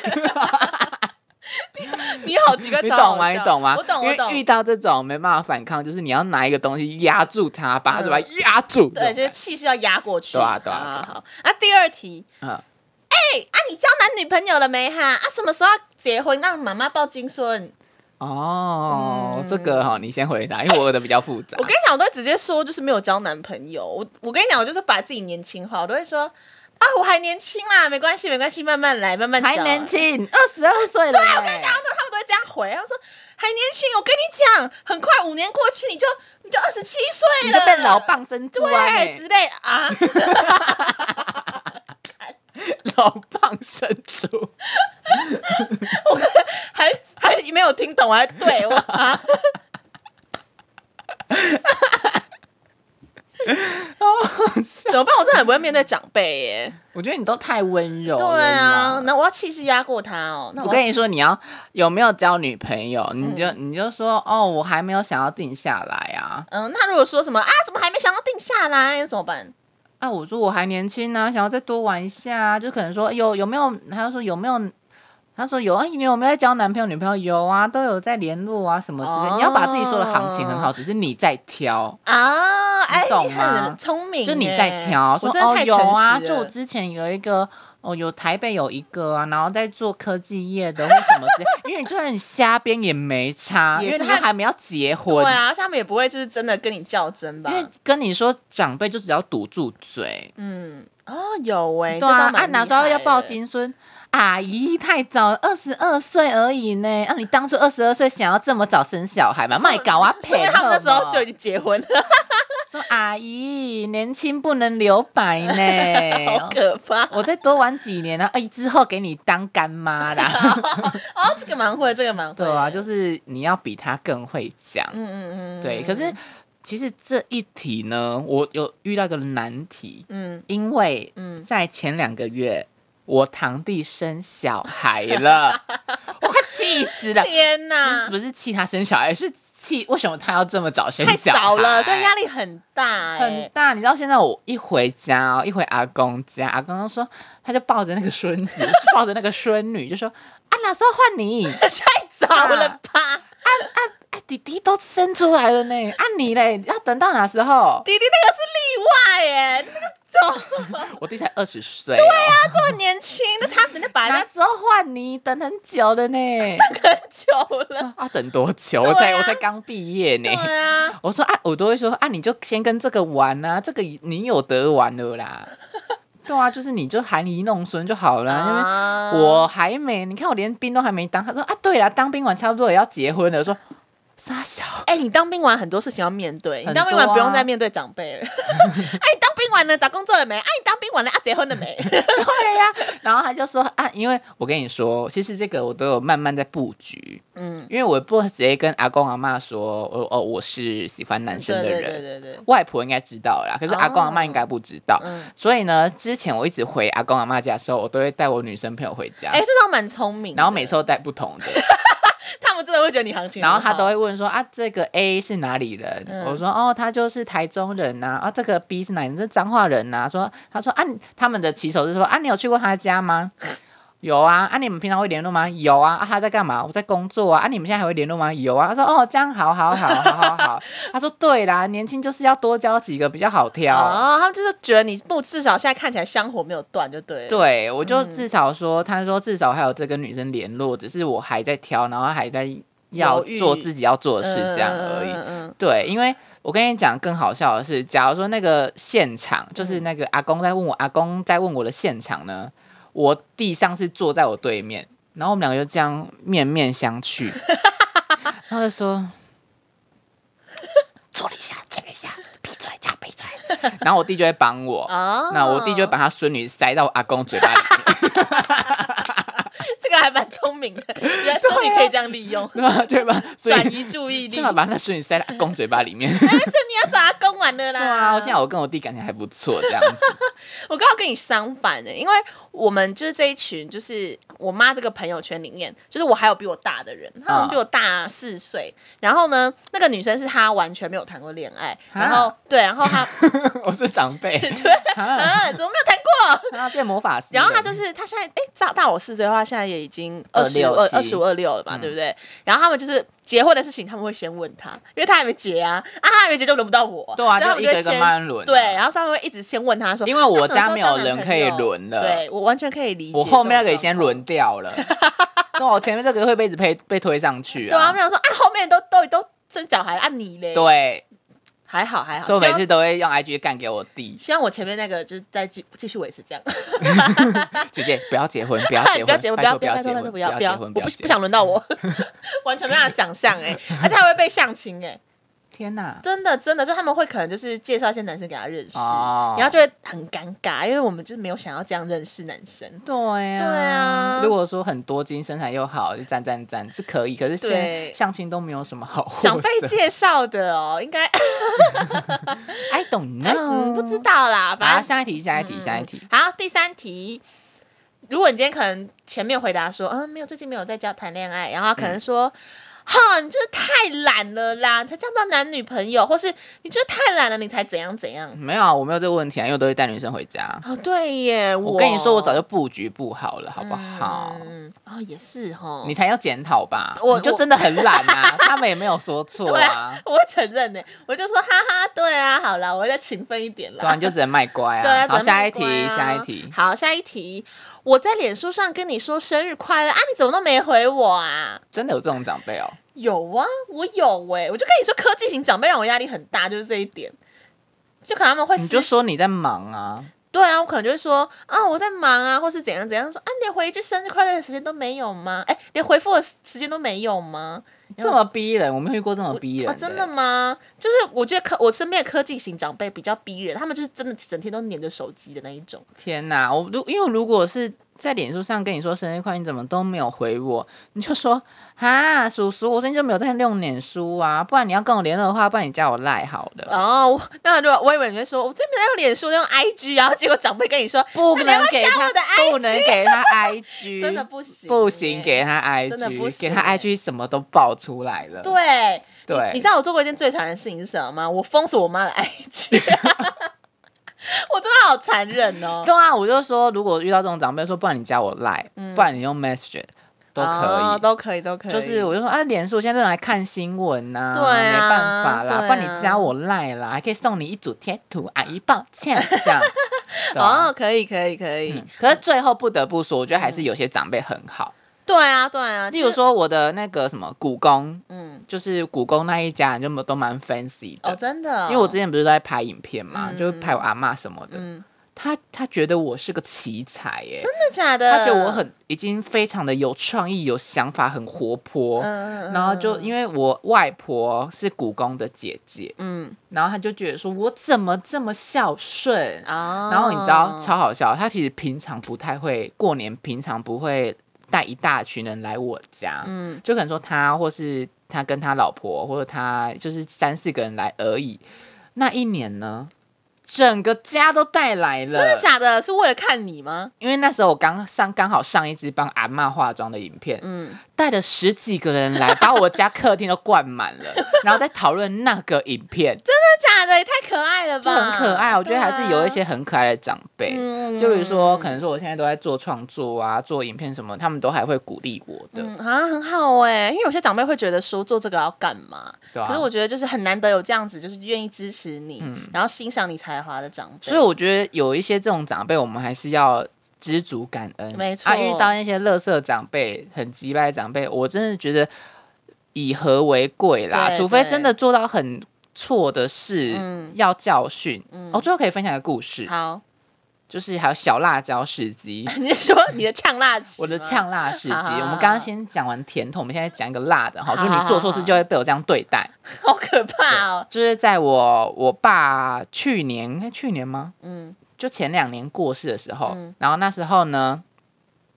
Speaker 1: 你好奇怪，
Speaker 3: 你
Speaker 1: 超好
Speaker 3: 懂吗？你
Speaker 1: 笑
Speaker 3: 懂吗？
Speaker 1: 我懂，
Speaker 3: 因
Speaker 1: 我
Speaker 3: 为遇
Speaker 1: 懂。
Speaker 3: 到这种没办法反抗，就是你要拿一个东西压住它，把它嘴巴压住。
Speaker 1: 嗯对，就
Speaker 3: 这
Speaker 1: 是
Speaker 3: 种
Speaker 1: 气势要压过去。
Speaker 3: 对啊对啊对啊
Speaker 1: 好好好啊，第二题，
Speaker 3: 嗯，
Speaker 1: 啊，你交男女朋友了没哈？啊，什么时候要结婚？让妈妈抱金孙？
Speaker 3: 哦，这个哈，你先回答，因为我的比较复杂
Speaker 1: 嗯我。跟你讲，我都会直接说，就是没有交男朋友。我我跟你讲，我就是把自己年轻化，我都会说啊，我还年轻啦，没关系，没关系，慢慢来，慢慢交。啊
Speaker 4: 还年轻，二十二岁了、欸。
Speaker 1: 然后呢，他们都会这样回，他们说还年轻。我跟你讲，很快五年过去，你就你就二十七岁
Speaker 4: 你
Speaker 1: 了，
Speaker 4: 就被老棒生猪啊！
Speaker 1: 对
Speaker 4: 你
Speaker 1: 之类啊。
Speaker 3: 老胖神猪，
Speaker 1: 还还没有听懂，还对我啊。怎么办？我真的很不会面对长辈耶。
Speaker 4: 我觉得你都太温柔
Speaker 1: 对
Speaker 4: 了啦
Speaker 1: 啊，那我要气势压过他哦。那
Speaker 4: 我
Speaker 1: 我
Speaker 4: 跟你说，你要有没有交女朋友，
Speaker 1: 嗯
Speaker 4: 你就、你就说哦，我还没有想要定下来啊。
Speaker 1: 嗯，那如果说什么啊，怎么还没想到定下来，怎么办？
Speaker 4: 啊，我说我还年轻啊，想要再多玩一下啊，就可能说有有没有，他就说有没有，他说有啊，你有没有在交男朋友女朋友？有啊，都有在联络啊，什么之类。你要把自己说的行情
Speaker 1: 哦
Speaker 4: 很好，只是你在挑，
Speaker 1: 啊，哎，
Speaker 4: 你懂
Speaker 1: 你很
Speaker 4: 吗
Speaker 1: 聪明耶，
Speaker 4: 就你在挑，说
Speaker 1: 我真的
Speaker 4: 哦
Speaker 1: 太
Speaker 4: 有
Speaker 1: 诚
Speaker 4: 啊，
Speaker 1: 实
Speaker 4: 就我
Speaker 1: 了
Speaker 4: 之前有一个。哦，有台北有一个啊，然后在做科技业的或什么之类，因 为你就算很瞎编也没差，
Speaker 1: 也
Speaker 4: 因为
Speaker 1: 是
Speaker 4: 你
Speaker 1: 他
Speaker 4: 们还没要结
Speaker 1: 对，
Speaker 4: 婚
Speaker 1: 啊，他们也不会就是真的跟你较真吧
Speaker 4: 因？为跟你说长辈就只要堵住嘴，
Speaker 1: 嗯，哦，有哎，
Speaker 4: 对啊，
Speaker 1: 按
Speaker 4: 啊哪时候要抱金孙？阿姨太早了，二十二岁而已呢。啊，你当初二十二岁想要这么早生小孩嘛？卖 搞啊
Speaker 1: 所以
Speaker 4: 赔
Speaker 1: 他们那时候就已经结婚了，
Speaker 4: 说阿姨年轻不能留白 呢
Speaker 1: 好。可怕！
Speaker 4: 我再多玩几年啊，哎，之后给你当干 妈啦。
Speaker 1: 哦，这个蛮会，这个蛮会，
Speaker 4: 对啊，就是你要比他更会讲。
Speaker 1: 嗯嗯嗯，
Speaker 4: 对，
Speaker 1: 嗯
Speaker 4: 可是其实这一题呢，我有遇到一个难题，
Speaker 1: 嗯
Speaker 4: 因为
Speaker 1: 嗯
Speaker 4: 在前两个月，我堂弟生小 孩了，我快气死了！
Speaker 1: 天哪
Speaker 4: 不，是不是气他生小孩，是气为什么他要这么早生
Speaker 1: 太
Speaker 4: 小孩？
Speaker 1: 早了，对，压力很大哎，
Speaker 4: 很大。你知道现在我一回家、哦，一回阿公家，阿公就说，他就抱着那个孙子，是抱着那个孙女，就说啊，哪时候换你？
Speaker 1: 早了吧？
Speaker 4: 啊，弟弟都生出来了呢，啊你嘞，要等到哪时候？
Speaker 1: 弟弟那个是例外耶，那个
Speaker 4: 我弟才二十岁、对啊，
Speaker 1: 这么年轻，那他人家把
Speaker 4: 哪
Speaker 1: 人家
Speaker 4: 时候换你？等很久了呢。
Speaker 1: 很久了，
Speaker 4: 啊，等多久？
Speaker 1: 对啊
Speaker 4: 我才我才刚毕业呢
Speaker 1: 对。啊，
Speaker 4: 我说啊，我都会说啊，你就先跟这个玩啊，这个你有得玩的 啦。对啊，就是你就含饴弄孙就好了。因为
Speaker 1: 啊
Speaker 4: 我还没，你看我连兵都还没当。他说啊，对啦，当兵完差不多也要结婚了。我说傻小，
Speaker 1: 哎、你当兵完很多事情要面对，你
Speaker 4: 很
Speaker 1: 当兵完
Speaker 4: 多啊
Speaker 1: 不用再面对长辈了。 哎、你当兵完了找工作了没？哎、你当兵完了啊，结婚了没？
Speaker 4: 对呀、然后他就说啊，因为我跟你说，其实这个我都有慢慢在布局，
Speaker 1: 嗯，
Speaker 4: 因为我不直接跟阿公阿妈说，哦哦，我是喜欢男生
Speaker 1: 对
Speaker 4: 的人。啊
Speaker 1: 对对对对，
Speaker 4: 外婆应该知道啦，可是阿公阿妈应该不知道。
Speaker 1: 哦嗯，
Speaker 4: 所以呢，之前我一直回阿公阿妈家的时候，我都会带我女生朋友回家，
Speaker 1: 哎、这招蛮聪明的。
Speaker 4: 然后每次都带不 同的，
Speaker 1: 他们真的会觉得你行情很
Speaker 4: 然
Speaker 1: 好，
Speaker 4: 后她都会问说啊，这个 A 是哪里人？
Speaker 1: 嗯
Speaker 4: 我说哦，他就是台中人呐、啊，这个 B 是哪里人？是彰化人呐、说他说啊，你他们的骑手是说啊，你有去过他家吗？有啊，啊，你们平常会联络吗？有啊，啊，他在干嘛？我在工作啊，啊，你们现在还会联络吗？有啊，他说哦，这样好好好好好好， 他说对啦，年轻就是要多交几个比较好挑。
Speaker 1: 哦，他们就是觉得你不至少现在看起来香火没有断就对了。
Speaker 4: 对，我就
Speaker 1: 嗯
Speaker 4: 至少说，他说至少还有这跟女生联络，只是我还在挑，然后还在要
Speaker 1: 犹豫
Speaker 4: 做自己要做
Speaker 1: 嗯，
Speaker 4: 的事这样而已。
Speaker 1: 嗯嗯
Speaker 4: 对，因为我跟你讲，更好笑的是，假如说那个现场，
Speaker 1: 嗯
Speaker 4: 就是那个阿公在问我，阿公在问我的现场呢，我弟上是坐在我对面，然后我们两个就这样面面相觑，然后就说 坐了一下，坐了一下，闭嘴，叫闭嘴，然后我弟就会帮我。
Speaker 1: 嗯哦，
Speaker 4: 那我弟就会把他孙女塞到我阿公嘴巴 里面，，
Speaker 1: 这个还蛮聪明的，原来说你可以这样利 用
Speaker 4: 对吧？对吧？所
Speaker 1: 转
Speaker 4: 以
Speaker 1: 移注意力。
Speaker 4: 正好把那孙女塞到阿公嘴巴里面。
Speaker 1: 哎，是你要找他公完的啦。
Speaker 4: 对啊，我现在我跟我弟感情还不错，这 样子。
Speaker 1: 我刚好跟你相反的、因为我们就是这一群，就是我妈这个朋友圈里面，就是我还有比我大的人，她好像比我大四岁。然后呢，那个女生是她完全没有谈过恋爱，然后对，然后 她
Speaker 4: 我是长辈，
Speaker 1: 啊，怎么没有谈过？
Speaker 4: 然后变魔法师了，
Speaker 1: 然后她就是她现在哎，大大我四岁的话，现在也已经二十
Speaker 4: 26
Speaker 1: 二二
Speaker 4: 七嗯
Speaker 1: 十五二六了嘛，对不对？然后他们就是结婚的事情，他们会先问她，因为她还没结啊，啊，她还没结就轮不到我，
Speaker 4: 对啊，
Speaker 1: 所以他
Speaker 4: 就
Speaker 1: 们
Speaker 4: 一
Speaker 1: 就
Speaker 4: 个
Speaker 1: 会
Speaker 4: 一个
Speaker 1: 先
Speaker 4: 慢慢轮啊。
Speaker 1: 对，然后上面会一直先问她说，
Speaker 4: 因为我家没有
Speaker 1: 那什么时候交
Speaker 4: 人
Speaker 1: 男
Speaker 4: 可
Speaker 1: 朋
Speaker 4: 以
Speaker 1: 友
Speaker 4: 轮了，
Speaker 1: 对我完全可以理解。
Speaker 4: 我后面那个也先。轮掉了。对啊，我前面这个会被一直被被推上去
Speaker 1: 对啊，他
Speaker 4: 啊
Speaker 1: 们。想说啊，后面都都都生小孩了，啊你嘞？，
Speaker 4: 对，
Speaker 1: 还好还好。
Speaker 4: 所以我
Speaker 1: 希
Speaker 4: 每
Speaker 1: 望
Speaker 4: 次都会用 IG 干给我弟，
Speaker 1: 希望我前面那个就是再继继续维持这样，
Speaker 4: 姐姐不要结婚，不要结
Speaker 1: 不要结
Speaker 4: 婚，
Speaker 1: 婚，不
Speaker 4: 拜
Speaker 1: 要
Speaker 4: 托不要
Speaker 1: 拜
Speaker 4: 结
Speaker 1: 托拜托
Speaker 4: 婚，不
Speaker 1: 不
Speaker 4: 要
Speaker 1: 要
Speaker 4: 结
Speaker 1: 要，
Speaker 4: 婚，
Speaker 1: 我
Speaker 4: 不
Speaker 1: 不
Speaker 4: 要
Speaker 1: 不
Speaker 4: 结婚。
Speaker 1: 想轮到我， 完全没办法想象 哎，而且还会被相亲哎，
Speaker 4: 天哪！
Speaker 1: 真的真的，就他们会可能就是介绍一些男生给他认识，
Speaker 4: 哦
Speaker 1: 然后就会很尴尬，因为我们就是没有想要这样认识男生。
Speaker 4: 对
Speaker 1: 对啊
Speaker 4: 如果说很多金身材又好，就赞赞赞是可以，可是现在
Speaker 1: 对
Speaker 4: 相亲都没有什么好货色。哎
Speaker 1: 长辈介绍的哦，应该
Speaker 4: I don't
Speaker 1: 嗯
Speaker 4: know，
Speaker 1: 不知道啦，
Speaker 3: 好，
Speaker 4: 啊
Speaker 1: 反正
Speaker 3: 下一题，下一题，下一题。
Speaker 1: 好，第三题。如果你今天可能前面回答说，嗯，没有，最近没有在教谈恋爱，然后他可能说，哈、你就是太懒了啦，你才交不到男女朋友，或是你就是太懒了，你才怎样怎样。
Speaker 3: 没有啊，我没有这个问题啊，因为我都会带女生回家。
Speaker 1: 哦，对耶，我
Speaker 3: 我跟你说，我早就布局不好了，好不好？
Speaker 1: 嗯，哦，也是哦。
Speaker 3: 你才要检讨吧，
Speaker 1: 我
Speaker 3: 你就真的很懒啊。 他们也没有说错
Speaker 1: 对
Speaker 3: 啊
Speaker 1: 啊，， 我会承认呢，我就说哈哈，对啊，好啦，我会再勤奋一点啦。
Speaker 3: 对啊，你就只能卖乖啊。
Speaker 1: 对啊，咱
Speaker 3: 好，
Speaker 1: 们
Speaker 3: 下一
Speaker 1: 很乖
Speaker 3: 题，
Speaker 1: 啊
Speaker 3: 下一题。
Speaker 1: 好，下一题。我在脸书上跟你说生日快乐啊，你怎么都没回我啊？
Speaker 3: 真的有这种长辈哦？
Speaker 1: 有啊，我有哎、我就跟你说，科技型长辈让我压力很大，就是这一点。就可能他们会
Speaker 3: 你
Speaker 1: 私
Speaker 3: 就说你在忙啊，
Speaker 1: 对啊，我可能就会说啊我在忙啊，或是怎样怎样说啊，连回一句生日快乐的时间都没有吗？哎，连回复的时间都没有吗？
Speaker 3: 这么逼人，我没有遇过这么逼人
Speaker 1: 啊，真的吗？就是我觉得科我身边的科技型长辈比较逼人，他们就是真的整天都黏着手机的那一种。
Speaker 3: 天哪！我如因为如果是在脸书上跟你说生日快乐，你怎么都没有回我，你就说哈叔叔，我最近就没有在用脸书啊，不然你要跟我联络的话，不然你加我赖好了。
Speaker 1: 哦，我那如果我以为你会说，我最近没在用脸书，在用 IG，然后结果长辈跟你说
Speaker 3: 不能给
Speaker 1: 那你要不要加
Speaker 3: 他
Speaker 1: 我的，IG？
Speaker 3: 不能给 他 IG，
Speaker 1: 真的不行欸
Speaker 3: 不行，给他 IG，
Speaker 1: 真的不行欸
Speaker 3: 给他 IG，什么都爆出来了。
Speaker 1: 对
Speaker 3: 对
Speaker 1: 你，你知道我做过一件最残忍的事情是什么吗？我封锁我妈的 IG，我真的好残忍哦。
Speaker 3: 对啊，我就说，如果遇到这种长辈，说不然你加我赖、不然你用 Messenger 都可以。
Speaker 1: 哦嗯都可以，都可以。
Speaker 3: 就是我就说啊，脸书现在用来看新闻呐、
Speaker 1: 对啊
Speaker 3: 没办法啦，
Speaker 1: 对啊
Speaker 3: 不然你加我赖啦，还可以送你一组贴图，阿姨抱歉 这样。对啊嗯
Speaker 1: 哦，可以，可以，可以。
Speaker 3: 可是最后不得不说，我觉得还是有些长辈很好，
Speaker 1: 对啊，对啊。
Speaker 3: 例
Speaker 1: 其
Speaker 3: 如
Speaker 1: 实，
Speaker 3: 说我的那个什么故宫，
Speaker 1: 嗯，
Speaker 3: 就是故宫那一家，就都蛮 fancy 的。
Speaker 1: 哦，真的哦，
Speaker 3: 因为我之前不是都在拍影片嘛，
Speaker 1: 嗯
Speaker 3: 就是拍我阿嬷什么的，
Speaker 1: 嗯，
Speaker 3: 他他觉得我是个奇才耶、
Speaker 1: 真的假的？
Speaker 3: 他觉得我很已经非常的有创意、有想法、很活泼。
Speaker 1: 嗯，嗯，
Speaker 3: 然后就因为我外婆是故宫的姐姐，
Speaker 1: 嗯
Speaker 3: 然后他就觉得说我怎么这么孝顺，
Speaker 1: 啊，
Speaker 3: 然后你知道超好笑，他其实平常不太会过年，平常不会带一大群人来我家，
Speaker 1: 嗯
Speaker 3: 就可能说他或是他跟他老婆或者他就是三四个人来而已。那一年呢，整个家都带来了，
Speaker 1: 真的假的？是为了看你吗？
Speaker 3: 因为那时候我刚上刚好上一支帮阿嬷化妆的影片，
Speaker 1: 嗯，
Speaker 3: 带了十几个人来，把我家客厅都灌满了，然后再讨论那个影片，
Speaker 1: 真的假的？也太可爱了
Speaker 3: 就
Speaker 1: 吧！啊嗯
Speaker 3: 很可爱。我觉得还是有一些很可爱的长辈，就比如说可
Speaker 1: 能
Speaker 3: 能说我现在都在做创作啊，做影片什么，他们都还会鼓励我的，
Speaker 1: 嗯啊，很好哎，因为有些长辈会觉得说做这个要干嘛，
Speaker 3: 对啊
Speaker 1: 可是我觉得就是很难得有这样子，就是愿意支持你，然后欣赏你才华的长辈。
Speaker 3: 嗯所以我觉得有一些这种长辈，我们还是要知足感恩。
Speaker 1: 没错
Speaker 3: 啊，遇到那些乐色长辈、很鸡掰的长辈，我真的觉得以和为贵啦，
Speaker 1: 对
Speaker 3: 除非
Speaker 1: 对
Speaker 3: 真的做到很错的事，
Speaker 1: 嗯
Speaker 3: 要教训。哦，最后可以分享一个故事，
Speaker 1: 好，
Speaker 3: 就是还有小辣椒时机。
Speaker 1: 你是说你的呛辣子，
Speaker 3: 我的呛辣时机，
Speaker 1: 好好好
Speaker 3: 我们刚刚先讲完甜筒，我们现在讲一个辣的，好，
Speaker 1: 好
Speaker 3: 就是你做错事就会被我这样对待。
Speaker 1: 好可怕哦，
Speaker 3: 就是在我我爸去年，哎，去年吗？
Speaker 1: 嗯
Speaker 3: 就前两年过世的时候，
Speaker 1: 嗯
Speaker 3: 然后那时候呢，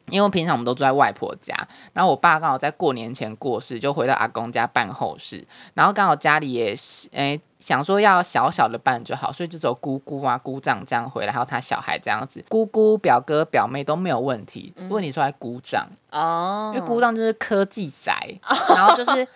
Speaker 3: 因为平常我们都住在外婆家，然后我爸刚好在过年前过世，就回到阿公家办后事，然后刚好家里也是，诶、想说要小小的办就好，所以就走姑姑啊、姑丈这样回来，还有他小孩这样子，姑姑、表哥、表妹都没有问题，
Speaker 1: 嗯
Speaker 3: 问题出在姑丈，
Speaker 1: 哦，
Speaker 3: 因为姑丈就是科技宅，然后就是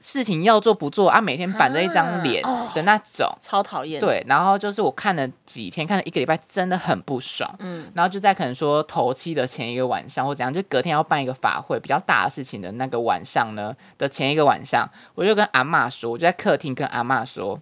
Speaker 3: 事情要做不做啊，每天板着一张脸
Speaker 1: 啊哦
Speaker 3: 的那种。
Speaker 1: 超讨厌，，
Speaker 3: 对，然后就是我看了几天，看了一个礼拜，真的很不爽。
Speaker 1: 嗯
Speaker 3: 然后就在可能说头七的前一个晚上或怎样，就隔天要办一个法会比较大的事情的那个晚上呢的前一个晚上，我就跟阿嬷说，我就在客厅跟阿嬷说，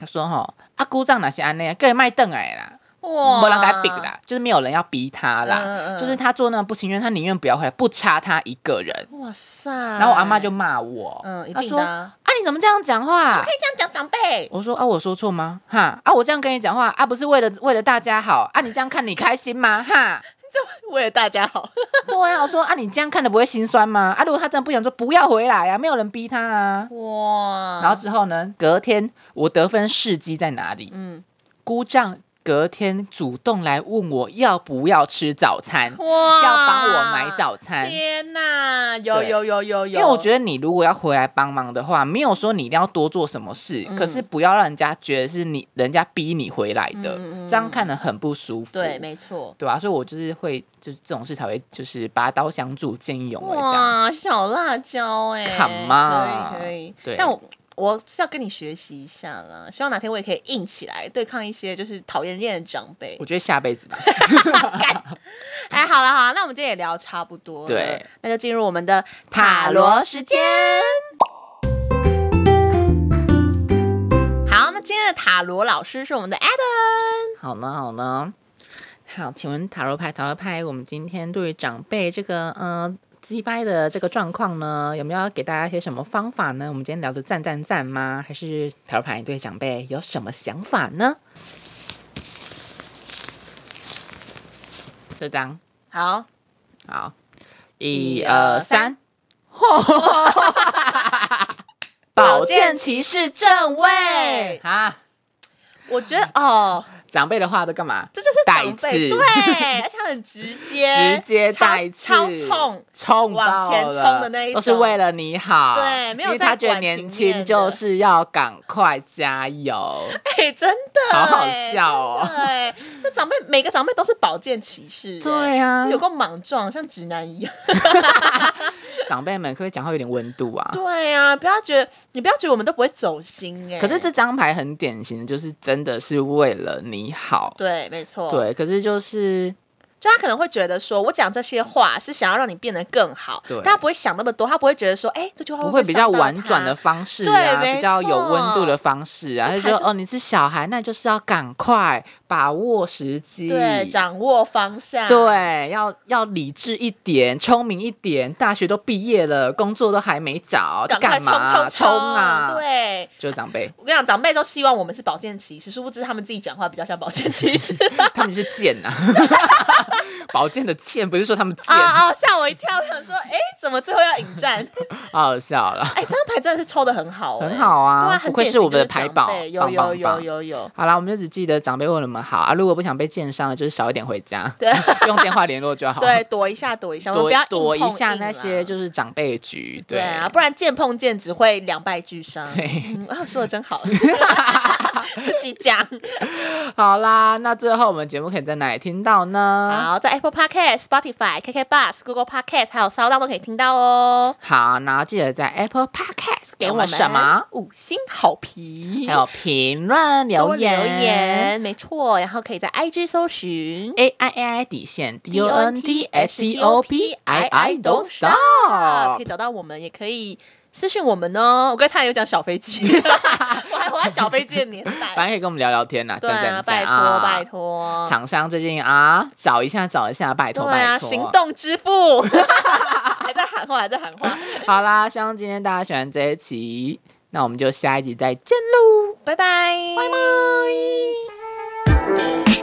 Speaker 3: 我说哈，阿姑丈哪些安内啊，个人卖凳哎啦，
Speaker 1: 哇
Speaker 3: 没人给他逼，啦，就是没有人要逼他啦，
Speaker 1: 嗯嗯嗯
Speaker 3: 就是他做那种不情愿，他宁愿不要回来，不差他一个人。
Speaker 1: 哇塞，
Speaker 3: 然后我阿嬷就骂我，
Speaker 1: 嗯，一
Speaker 3: 她
Speaker 1: 定
Speaker 3: 说
Speaker 1: 的
Speaker 3: 啊
Speaker 1: 啊，
Speaker 3: 你怎么这样讲话？
Speaker 1: 可以这样讲长 辈，
Speaker 3: 我说啊，我说错吗？哈啊，我这样跟你讲话啊，不是为了为了大家好啊，你这样看你开心吗？哈，
Speaker 1: 为了大家好，
Speaker 3: 对啊，我说啊，你这样看的不会心酸吗？啊，如果他真的不想说，不要回来啊，没有人逼他啊。
Speaker 1: 哇，
Speaker 3: 然后之后呢，隔天我得分事机在哪里？
Speaker 1: 嗯
Speaker 3: 姑丈隔天主动来问我要不要吃早餐，
Speaker 1: 哇
Speaker 3: 要帮我买早餐。
Speaker 1: 天哪，有
Speaker 3: 对
Speaker 1: 有有有
Speaker 3: 因
Speaker 1: 有，
Speaker 3: 为我觉得你如果要回来帮忙的话，没有说你一定要多做什么事，
Speaker 1: 嗯
Speaker 3: 可是不要让人家觉得是你人家逼你回来的，
Speaker 1: 嗯嗯嗯
Speaker 3: 这样看得很不舒服。
Speaker 1: 对，没错。
Speaker 3: 对啊，所以我就是会就是这种事才会就是拔刀相助，见义勇为这样。
Speaker 1: 哇，小辣椒哎、欸，
Speaker 3: Come on
Speaker 1: 可以可以，
Speaker 3: 对
Speaker 1: 但我。我是要跟你学习一下啦，希望哪天我也可以硬起来，对抗一些就是讨厌厌的长辈
Speaker 3: 我。觉得下 辈子吧，
Speaker 1: 哎，好了好了，那我们今天也聊差不多了，
Speaker 3: 对，
Speaker 1: 那就进入我们的
Speaker 4: 塔罗时间。
Speaker 1: 好，那今天的塔罗老师是我们的 Adam。
Speaker 3: 好呢好呢，好，请问塔罗牌塔罗牌，我们今天对于长辈这个呃击败的这个状况呢，有没有要给大家一些什么方法呢？我们今天聊的赞赞赞吗？还是塔罗牌对长辈有什么想法呢？这张
Speaker 1: 好，
Speaker 3: 好，
Speaker 1: 一
Speaker 3: 一
Speaker 1: 二
Speaker 3: 二
Speaker 1: 三
Speaker 3: 三，
Speaker 4: 宝剑骑士正位，
Speaker 3: 啊，
Speaker 1: 我觉得哦，
Speaker 3: 长辈的话都干嘛？
Speaker 1: 这就是
Speaker 3: 带
Speaker 1: 长
Speaker 3: 刺
Speaker 1: 辈，对，而且很 直接，
Speaker 3: 直接
Speaker 1: 超
Speaker 3: 带刺
Speaker 1: 超冲。
Speaker 3: 冲
Speaker 1: 往
Speaker 3: 爆
Speaker 1: 前冲
Speaker 3: 了
Speaker 1: 的那一
Speaker 3: 都是
Speaker 1: 种
Speaker 3: 为了你好，
Speaker 1: 对没有
Speaker 3: 因为
Speaker 1: 在
Speaker 3: 他觉得
Speaker 1: 管
Speaker 3: 年
Speaker 1: 情面
Speaker 3: 轻
Speaker 1: 的
Speaker 3: 就是要赶快加油，
Speaker 1: 哎、真的、
Speaker 3: 好好
Speaker 1: 哎
Speaker 3: 笑哦
Speaker 1: 真的哎那长辈每个长辈都是宝剑骑士、哎
Speaker 3: 对啊
Speaker 1: 有个莽撞，像直男 一样。
Speaker 3: 长辈们可不可以讲话有点温度啊？
Speaker 1: 对啊，不要觉得你不要觉得我们都不会走心哎、
Speaker 3: 可是这张牌很典型的，就是真的是为了你好，
Speaker 1: 对，没错，，
Speaker 3: 对，可是就是
Speaker 1: 就他可能会觉得说，我讲这些话是想要让你变得更好，
Speaker 3: 对
Speaker 1: 但他不会想那么多，他不会觉得说，哎、这句话
Speaker 3: 不
Speaker 1: 会
Speaker 3: 会
Speaker 1: 不
Speaker 3: 比较
Speaker 1: 伤到
Speaker 3: 婉转
Speaker 1: 他
Speaker 3: 的方式
Speaker 1: 对
Speaker 3: 啊，
Speaker 1: 没
Speaker 3: 比较有温度
Speaker 1: 错
Speaker 3: 的方式啊，
Speaker 1: 这
Speaker 3: 他就
Speaker 1: 牌
Speaker 3: 说
Speaker 1: 就
Speaker 3: 哦，你是小孩，那就是要赶快把握时机，
Speaker 1: 对，掌握方向，
Speaker 3: 对，要要理智一点，聪明一点。大学都毕业了，工作都还没找，
Speaker 1: 赶
Speaker 3: 就
Speaker 1: 快
Speaker 3: 干
Speaker 1: 冲
Speaker 3: 嘛
Speaker 1: 冲
Speaker 3: 冲啊？，
Speaker 1: 对，，
Speaker 3: 就是长辈
Speaker 1: 我跟你讲，长辈都希望我们是保健骑士，殊不知他们自己讲话比较像保健骑 士。
Speaker 3: 他们是贱呐、 宝剑的剑不是说他们贱，
Speaker 1: 啊啊！吓我一跳，我想说，哎、怎么最后要引 战？
Speaker 3: 好好笑了，
Speaker 1: 哎、这张牌真的是抽的很好、哎
Speaker 3: 很好
Speaker 1: 对
Speaker 3: 啊
Speaker 1: 啊，，
Speaker 3: 不
Speaker 1: 很
Speaker 3: 愧
Speaker 1: 典
Speaker 3: 是
Speaker 1: 型
Speaker 3: 我们
Speaker 1: 就
Speaker 3: 的
Speaker 1: 是
Speaker 3: 排
Speaker 1: 长
Speaker 3: 宝，
Speaker 1: 辈有
Speaker 3: 棒
Speaker 1: 有
Speaker 3: 棒
Speaker 1: 有
Speaker 3: 棒
Speaker 1: 有有，
Speaker 3: 好啦，我们就只记得长辈问我们好啊，如果不想被剑伤了，就是少一点回家，
Speaker 1: 对
Speaker 3: 用电话联络就好，
Speaker 1: 对，躲一下，躲一下，我们
Speaker 3: 躲
Speaker 1: 不要硬
Speaker 3: 躲一
Speaker 1: 碰
Speaker 3: 下
Speaker 1: 硬
Speaker 3: 那
Speaker 1: 啦
Speaker 3: 些就是长辈局，
Speaker 1: 对啊，不然见碰见只会两败俱伤。
Speaker 3: 对。
Speaker 1: 嗯啊，说的真好， 自己讲。
Speaker 3: 好啦，那最后我们节目可以在哪里听到呢？
Speaker 1: 好，在 Apple Podcast、Spotify、KK Bus、Google Podcast 还有骚浪都可以听到哦。
Speaker 3: 好，然后记得在 Apple Podcast
Speaker 1: 给
Speaker 3: 给
Speaker 1: 我
Speaker 3: 我
Speaker 1: 们
Speaker 3: 们什么，
Speaker 1: 五星好评，
Speaker 3: 还有评论
Speaker 1: 多
Speaker 3: 留言
Speaker 1: 留言，没错。然后可以在 IG 搜寻
Speaker 3: A I A I 底线 D O N T S T O P I I
Speaker 1: DONTSTOPII
Speaker 3: Don't
Speaker 1: Stop，
Speaker 3: Stop
Speaker 1: 啊可以。找到我们，也可以私讯我们哦。我刚才差点有讲小飞 机，我还活在小飞机的年
Speaker 3: 反
Speaker 1: 代。
Speaker 3: 正可以跟我们聊聊天呐，
Speaker 1: 对
Speaker 3: 赞
Speaker 1: 啊，
Speaker 3: 赞
Speaker 1: 拜
Speaker 3: 赞
Speaker 1: 托拜
Speaker 3: 啊！
Speaker 1: 托，
Speaker 3: 厂商最近啊，找一下找一下，拜
Speaker 1: 对
Speaker 3: 托
Speaker 1: 啊，
Speaker 3: 拜
Speaker 1: 行
Speaker 3: 托。
Speaker 1: 动支付， 还在喊话，还在喊话，
Speaker 3: 好啦，希望今天大家喜欢这一期，那我们就下一集再见喽，
Speaker 1: 拜拜，拜拜。
Speaker 3: 拜。